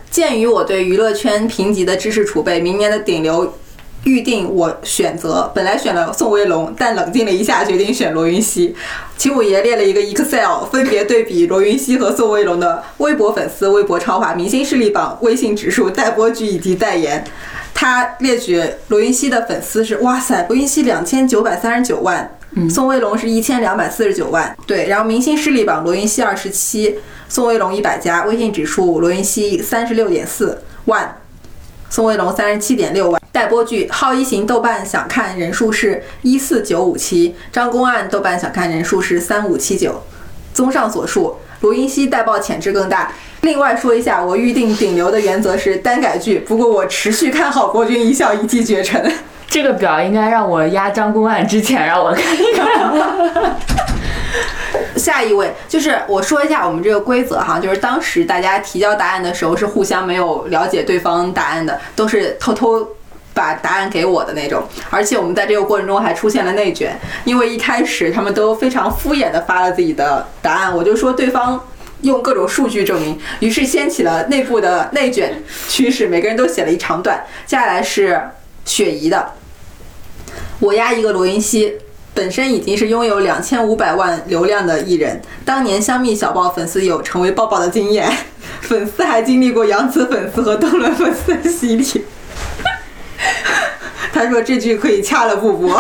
Speaker 2: 鉴于我对娱乐圈评级的知识储备，明年的顶流预定我选择，本来选了宋威龙，但冷静了一下，决定选罗云熙。秦五爷列了一个 Excel，分别对比罗云熙和宋威龙的微博粉丝、微博超话、明星势力榜、微信指数、待播剧以及代言。他列举罗云熙的粉丝是哇塞，罗云熙两千九百三十九万，宋威龙是一千两百四十九万，对，然后明星势力榜罗云熙二十七，宋威龙一百加，微信指数罗云熙三十六点四万，宋威龙三十七点六万。待播剧《浩一行》豆瓣想看人数是一四九五七，张公案豆瓣想看人数是三五七九。综上所述，罗云熙带爆潜质更大。另外说一下，我预定顶流的原则是单改剧，不过我持续看好《国君一笑一骑绝尘》。
Speaker 4: 这个表应该让我压张公案之前让我看一 [LAUGHS] 看。
Speaker 2: 下一位就是我说一下我们这个规则哈，就是当时大家提交答案的时候是互相没有了解对方答案的，都是偷偷。把答案给我的那种，而且我们在这个过程中还出现了内卷，因为一开始他们都非常敷衍的发了自己的答案，我就说对方用各种数据证明，于是掀起了内部的内卷趋势，每个人都写了一长段。接下来是雪姨的，我压一个罗云熙，本身已经是拥有两千五百万流量的艺人，当年香蜜小报粉丝有成为抱抱的经验，粉丝还经历过杨紫粉丝和邓伦粉丝的洗礼。 [LAUGHS] 他说这句可以掐了不播，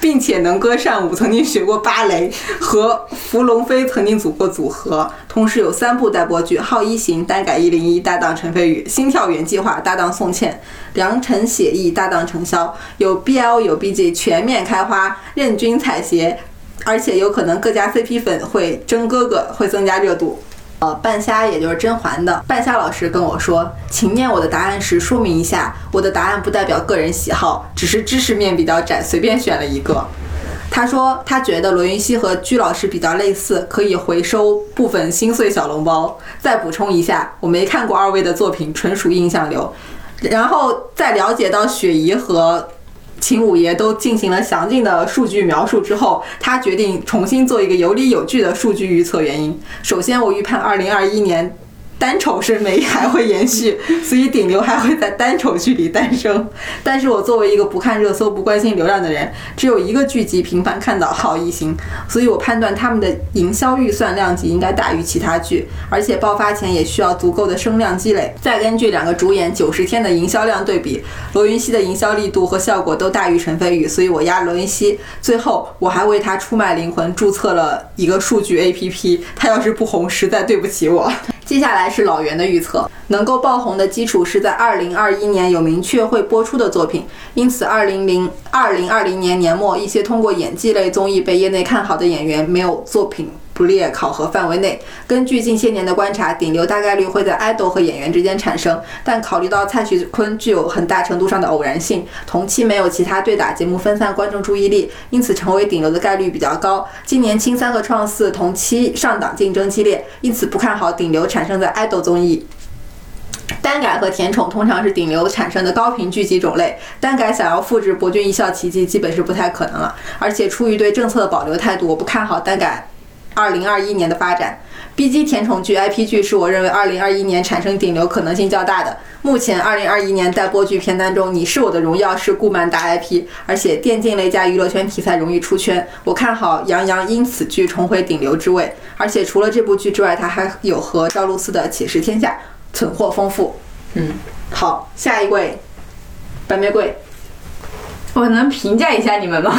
Speaker 2: 并且能歌善舞，曾经学过芭蕾，和伏龙飞曾经组过组合，同时有三部待播剧：《浩一行》单改一零一搭档陈飞宇，《心跳原计划》搭档宋茜，《良辰写意》搭档程潇，有 BL 有 BG 全面开花，任君采撷，而且有可能各家 CP 粉会争哥哥，会增加热度。呃，半夏也就是甄嬛的半夏老师跟我说，请念我的答案时说明一下，我的答案不代表个人喜好，只是知识面比较窄，随便选了一个。他说他觉得罗云熙和鞠老师比较类似，可以回收部分心碎小笼包。再补充一下，我没看过二位的作品，纯属印象流。然后在了解到雪姨和秦五爷都进行了详尽的数据描述之后，他决定重新做一个有理有据的数据预测原因。首先，我预判2021年单丑审美还会延续， [LAUGHS] 所以顶流还会在单丑剧里诞生。但是我作为一个不看热搜、不关心流量的人，只有一个剧集频繁看到《好异星》，所以我判断他们的营销预算量级应该大于其他剧，而且爆发前也需要足够的声量积累。再根据两个主演九十天的营销量对比，罗云熙的营销力度和效果都大于陈飞宇，所以我压罗云熙。最后我还为他出卖灵魂注册了一个数据 APP，他要是不红，实在对不起我。 [LAUGHS] 接下来是老袁的预测，能够爆红的基础是在二零二一年有明确会播出的作品，因此二零零二零二零年年末，一些通过演技类综艺被业内看好的演员没有作品。不列考核范围内。根据近些年的观察，顶流大概率会在爱豆和演员之间产生，但考虑到蔡徐坤具有很大程度上的偶然性，同期没有其他对打节目分散观众注意力，因此成为顶流的概率比较高。今年青三和创四同期上档竞争激烈，因此不看好顶流产生在爱豆综艺。单改和甜宠通常是顶流产生的高频剧集种类，单改想要复制博君一笑奇迹基本是不太可能了。而且出于对政策的保留态度，我不看好单改二零二一年的发展。B G 甜宠剧、I P 剧是我认为二零二一年产生顶流可能性较大的。目前二零二一年待播剧片单中，《你是我的荣耀》是顾漫达 I P，而且电竞类加娱乐圈题材容易出圈。我看好杨洋因此剧重回顶流之位，而且除了这部剧之外，他还有和赵露思的《且试天下》，存货丰富。
Speaker 4: 嗯，
Speaker 2: 好，下一位，白玫瑰，
Speaker 1: 我能评价一下你们
Speaker 4: [LAUGHS]
Speaker 1: 吗？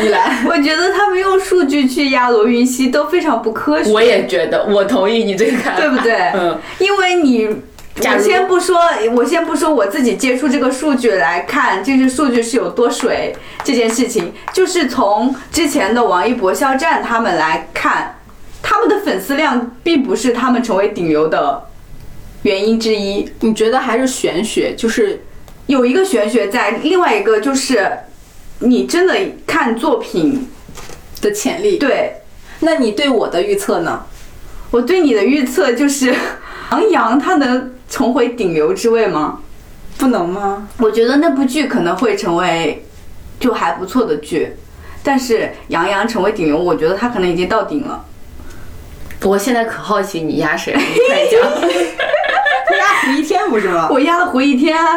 Speaker 2: 你来。
Speaker 1: 我觉得他们用数据去压罗云熙都非常不科学，
Speaker 4: 我也觉得，我同意你这个看法，
Speaker 1: 对不对？
Speaker 4: 嗯，
Speaker 1: 因为你。
Speaker 4: 假
Speaker 1: 我
Speaker 4: 如
Speaker 1: 先不说，我先不说我自己接触这个数据来看，这些数据是有多水这件事情，就是从之前的王一博、肖战他们来看，他们的粉丝量并不是他们成为顶流的原因之一。
Speaker 2: 你觉得还是玄学，就是
Speaker 1: 有一个玄学在，另外一个就是你真的看作品，
Speaker 2: 的潜力。，
Speaker 1: 对
Speaker 2: 那你对我的预测呢？
Speaker 1: 我对你的预测就是， [LAUGHS] 杨洋他能重回顶流之位吗？
Speaker 2: 不能吗？
Speaker 1: 我觉得那部剧可能会成为就还不错的剧，但是杨洋成为顶流，我觉得他可能已经到顶了。
Speaker 4: 不过现在可好奇你压谁了，你快讲。 [LAUGHS]
Speaker 2: 压十一天不是吗？
Speaker 1: 我压了胡一天 [LAUGHS]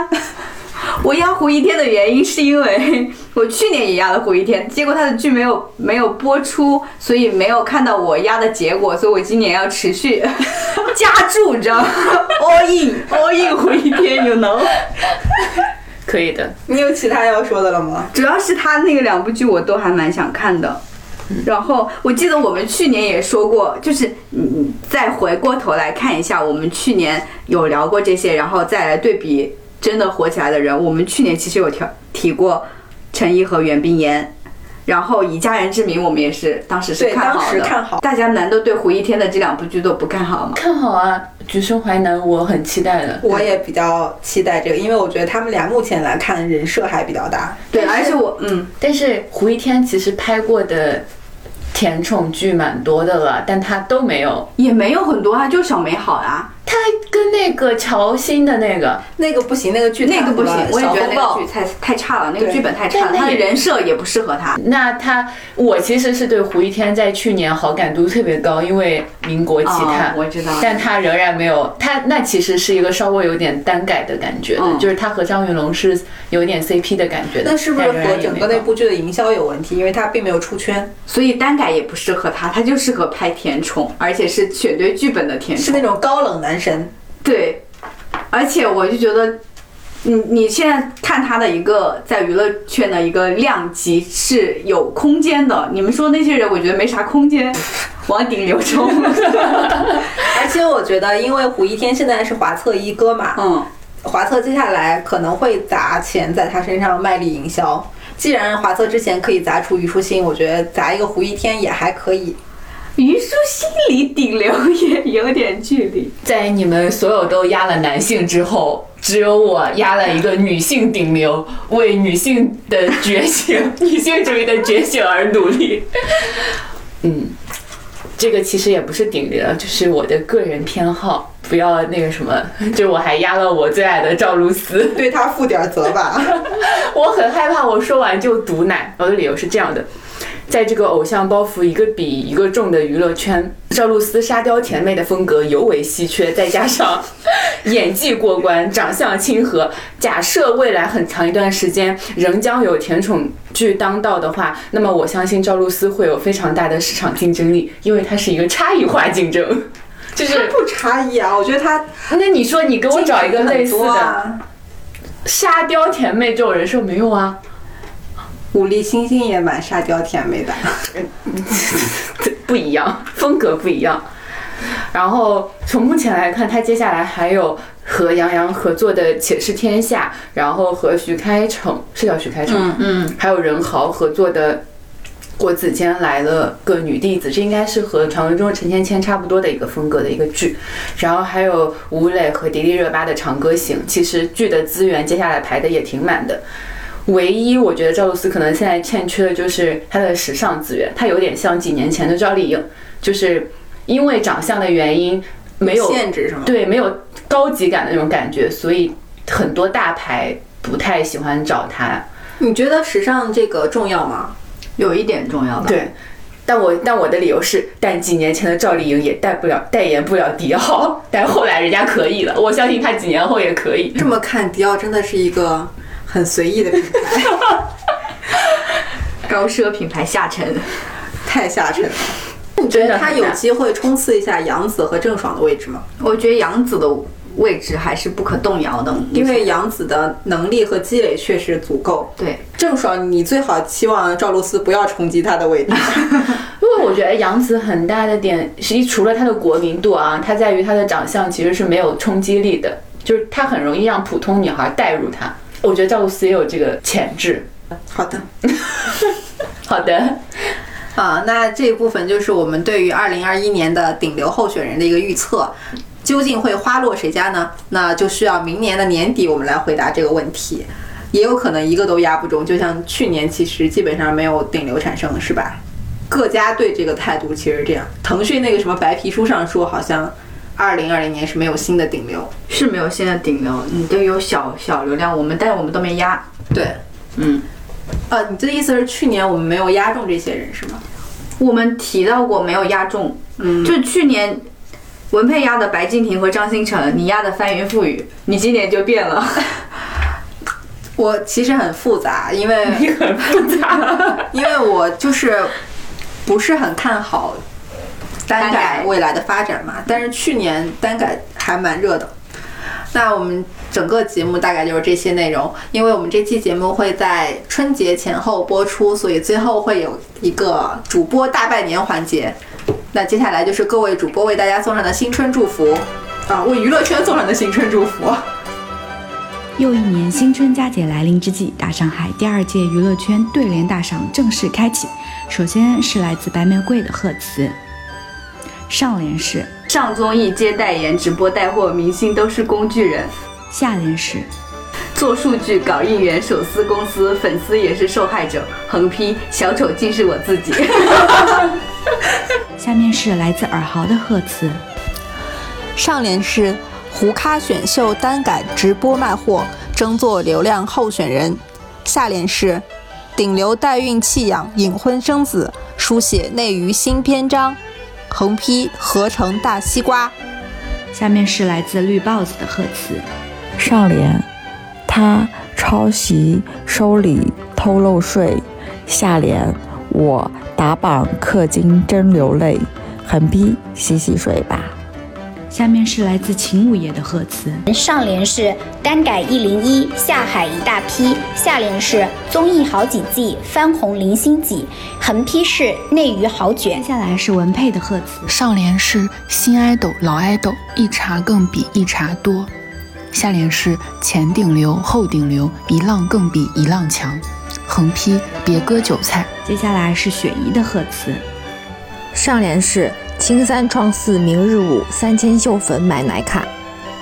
Speaker 1: 啊、我压胡一天的原因是因为 [LAUGHS] 我去年也压了胡一天，结果他的剧没有没有播出，所以没有看到我压的结果，所以我今年要持续 [LAUGHS] 加注，你知道吗 [LAUGHS] ？all in all in 胡一天，you know。
Speaker 4: 可以的，
Speaker 2: 你有其他要说的了吗？
Speaker 1: 主要是他那个两部剧我都还蛮想看的。然后我记得我们去年也说过，就是嗯，再回过头来看一下，我们去年有聊过这些，然后再来对比真的火起来的人。我们去年其实有提提过陈毅和袁冰妍，然后以家人之名我们也是当时是
Speaker 2: 对
Speaker 1: 看好
Speaker 2: 当时
Speaker 1: 的，
Speaker 2: 看好
Speaker 1: 大家难道对胡一天的这两部剧都不看好吗？
Speaker 4: 看好啊，《橘生淮南》我很期待的。
Speaker 2: 我也比较期待这个，因为我觉得他们俩目前来看人设还比较搭。
Speaker 1: 对，
Speaker 4: 但
Speaker 1: 而
Speaker 4: 是
Speaker 1: 且我嗯，
Speaker 4: 但是胡一天其实拍过的甜宠剧蛮多的了，但他都没有。
Speaker 1: 也没有很多啊，就是小美好啊，
Speaker 4: 他跟那个乔欣的那个，
Speaker 2: 那个不行，那个剧
Speaker 1: 那
Speaker 2: 太
Speaker 1: 个不
Speaker 2: 胡
Speaker 1: 行
Speaker 2: 乱，
Speaker 1: 我也觉得
Speaker 2: 小
Speaker 1: 那
Speaker 2: 风
Speaker 1: 个
Speaker 2: 暴
Speaker 1: 剧太太差了，那个
Speaker 2: 对
Speaker 1: 剧本太差了，
Speaker 4: 但那
Speaker 1: 他的
Speaker 4: 也
Speaker 1: 人设也不适合他。
Speaker 4: 那他我其实是对胡一天在去年好感度特别高，因为《民国奇探》
Speaker 1: 哦我知道
Speaker 4: 但他仍然没有他那其实是一个稍微有点单改的感觉的，
Speaker 1: 嗯
Speaker 4: 就是他和张云龙是有点 CP 的感觉的。
Speaker 2: 哦那是不是
Speaker 4: 但仍然
Speaker 2: 和
Speaker 4: 也
Speaker 2: 整
Speaker 4: 没
Speaker 2: 个那
Speaker 4: 有
Speaker 2: 部剧的营销有问题？因为它并没有出圈，
Speaker 1: 所以单改也不适合他，他就适合拍甜宠，而且是选对剧本的甜
Speaker 2: 是
Speaker 1: 宠。
Speaker 2: 那种高冷男神。
Speaker 1: 对，而且我就觉得，你你现在看他的一个在娱乐圈的一个量级是有空间的。你们说那些人，我觉得没啥空间，往顶流冲。 [LAUGHS]
Speaker 2: 而且我觉得，因为胡一天现在是华策一哥嘛，
Speaker 1: 嗯，
Speaker 2: 华策接下来可能会砸钱在他身上卖力营销。既然华策之前可以砸出虞书欣，我觉得砸一个胡一天也还可以。
Speaker 1: 虞书欣离顶流也有点距离。
Speaker 4: 在你们所有都压了男性之后，只有我压了一个女性顶流，为女性的觉 [LAUGHS] 醒、女性主义的觉醒而努力。嗯，这个其实也不是顶流，就是我的个人偏好。不要那个什么，就我还压了我最爱的赵露思，
Speaker 2: 对
Speaker 1: [LAUGHS]
Speaker 2: 他负点责吧。
Speaker 4: 我很害怕我说完就毒奶。我的理由是这样的：在这个偶像包袱一个比一个重的娱乐圈，赵露思沙雕甜妹的风格尤为稀缺，再加上演技过关、长相亲和，假设未来很长一段时间仍将有甜宠剧当道的话，那么我相信赵露思会有非常大的市场竞争力，因为它是一个差异化竞争。就是，
Speaker 2: 不差异啊，我觉得他
Speaker 4: 那你说你给我找一个类似
Speaker 2: 很多
Speaker 1: [LAUGHS]
Speaker 4: 的
Speaker 2: 啊。
Speaker 4: 沙雕甜妹这种人设没有啊？
Speaker 2: 武力星星也蛮沙雕甜美的，
Speaker 4: [LAUGHS] 不一样，风格不一样。然后从目前来看，他接下来还有和杨洋合作的《且试天下》，然后和徐开骋是叫徐开骋，
Speaker 2: 嗯
Speaker 4: 嗯，还有任豪合作的《国子监来了个女弟子》，这应该是和传闻中的陈芊芊差不多的一个风格的一个剧。然后还有吴磊和迪丽热巴的《长歌行》，其实剧的资源接下来排的也挺满的。唯一我觉得赵露思可能现在欠缺的就是她的时尚资源，她有点像几年前的赵丽颖，就是因为长相的原因没有
Speaker 2: 限制是吗？
Speaker 4: 对没有高级感的那种感觉，所以很多大牌不太喜欢找她。
Speaker 2: 你觉得时尚这个重要
Speaker 6: 嗯
Speaker 2: 吗？
Speaker 6: 有一点重要吧。
Speaker 4: 对，但我但我的理由是，但几年前的赵丽颖也代不了代言不了迪奥，但后来人家可以了，我相信她几年后也可以。
Speaker 2: 这么看，迪奥真的是一个很随意的品牌，
Speaker 6: 高奢品牌下沉，
Speaker 2: 太
Speaker 6: [LAUGHS]
Speaker 2: 下沉了。
Speaker 4: 你觉得
Speaker 2: 他有机会冲刺一下杨紫和郑爽的位置吗？
Speaker 6: 我觉得杨紫的位置还是不可动摇的，
Speaker 2: 因为杨紫的能力和积累确实足够。
Speaker 6: 对
Speaker 2: 郑爽，你最好期望赵露思不要冲击她
Speaker 6: [LAUGHS]
Speaker 2: 的位置。
Speaker 4: 因为我觉得杨紫很大的点，实际除了她的国民度啊，她在于她的长相其实是没有冲击力的，就是她很容易让普通女孩带入她。我觉得赵露思也有这个潜质。
Speaker 2: 好的，
Speaker 4: 好的，
Speaker 2: 啊，那这一部分就是我们对于二零二一年的顶流候选人的一个预测，究竟会花落谁家呢？那就需要明年的年底我们来回答这个问题，也有可能一个都压不中，就像去年其实基本上没有顶流产生，是吧？各家对这个态度其实是这样，腾讯那个什么白皮书上说，好像二零二零年是没有新的顶流，
Speaker 6: 是没有现在顶流，你都有小小流量，我们但是我们都没压，
Speaker 2: 对，
Speaker 6: 嗯。
Speaker 2: 呃，你的意思是去年我们没有压中这些人是吗？
Speaker 6: 我们提到过没有压中，
Speaker 2: 嗯
Speaker 6: 就去年文佩压的白敬亭和张新成，你压的翻云覆雨，你今年就变了。
Speaker 2: 我其实很复杂，因为
Speaker 4: 你很复杂。
Speaker 2: 因为我就是不是很看好单
Speaker 6: 单
Speaker 2: 改
Speaker 6: 改
Speaker 2: 未来的发展嘛，但是去年单改还蛮热的。那我们整个节目大概就是这些内容，因为我们这期节目会在春节前后播出，所以最后会有一个主播大拜年环节。那接下来就是各位主播为大家送上的新春祝福，啊，为娱乐圈送上的新春祝福。
Speaker 3: 又一年新春佳节来临之际，大上海第二届娱乐圈对联大赏正式开启。首先是来自白玫瑰的贺词，上联是
Speaker 6: 上综艺接代言、直播带货，明星都是工具人，
Speaker 3: 下联是
Speaker 6: 做数据、搞应援、手撕公司，粉丝也是受害者。横批：小丑竟是我自己。
Speaker 3: 下面是来自尔豪的贺词，
Speaker 2: [LAUGHS] 上联是胡咖选秀单改直播卖货，争做流量候选人；下联是顶流代孕弃养，隐婚生子，书写内娱新篇章。横批合成大西瓜，
Speaker 3: 下面是来自绿帽子的贺词，
Speaker 7: 上联，他抄袭、收礼、偷漏税；下联，我打榜氪金真流泪。横批：洗洗睡吧。
Speaker 3: 下面是来自秦五爷的贺词，
Speaker 8: 上联是单改一零一，下海一大批；下联是综艺好几季，翻红零星几。横批是内娱好卷
Speaker 3: 接。下来是文佩的贺词，
Speaker 9: 上联是新爱豆、老爱豆，一茬更比一茬多；下联是前顶流、后顶流，一浪更比一浪强。横批：别割韭菜。
Speaker 3: 接下来是雪姨的贺词，
Speaker 7: 上联是青山创四明日舞，三千秀粉买奶卡；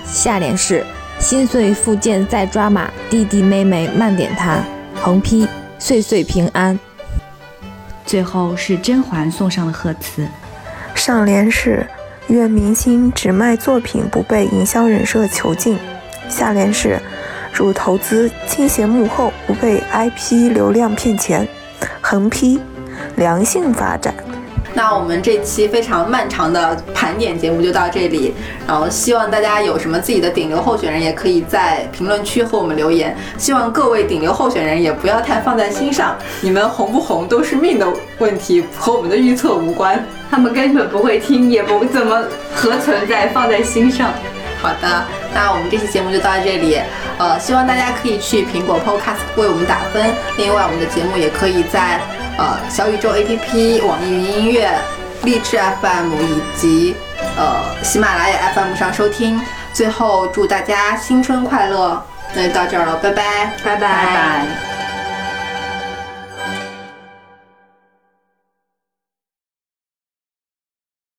Speaker 7: 下联是心碎复健再抓马，弟弟妹妹慢点谈。横批：岁岁平安。
Speaker 3: 最后是甄嬛送上的贺词。
Speaker 10: 上联是“愿明星只卖作品，不被营销人设囚禁”，下联是“如投资倾斜幕后，不被 IP 流量骗钱”。横批：良性发展。
Speaker 2: 那我们这期非常漫长的盘点节目就到这里，然后希望大家有什么自己的顶流候选人，也可以在评论区和我们留言。希望各位顶流候选人也不要太放在心上，你们红不红都是命的问题，和我们的预测无 [LAUGHS] 关。
Speaker 1: 他们根本不会听，也不怎么和存在放在心上。
Speaker 2: 好的，那我们这期节目就到这里。呃，希望大家可以去苹果 Podcast 为我们打分。另外，我们的节目也可以在呃小宇宙 APP、网易云音乐、荔枝 FM 以及呃喜马拉雅 FM 上收听。最后，祝大家新春快乐！那就到这儿了，拜拜，
Speaker 1: 拜拜。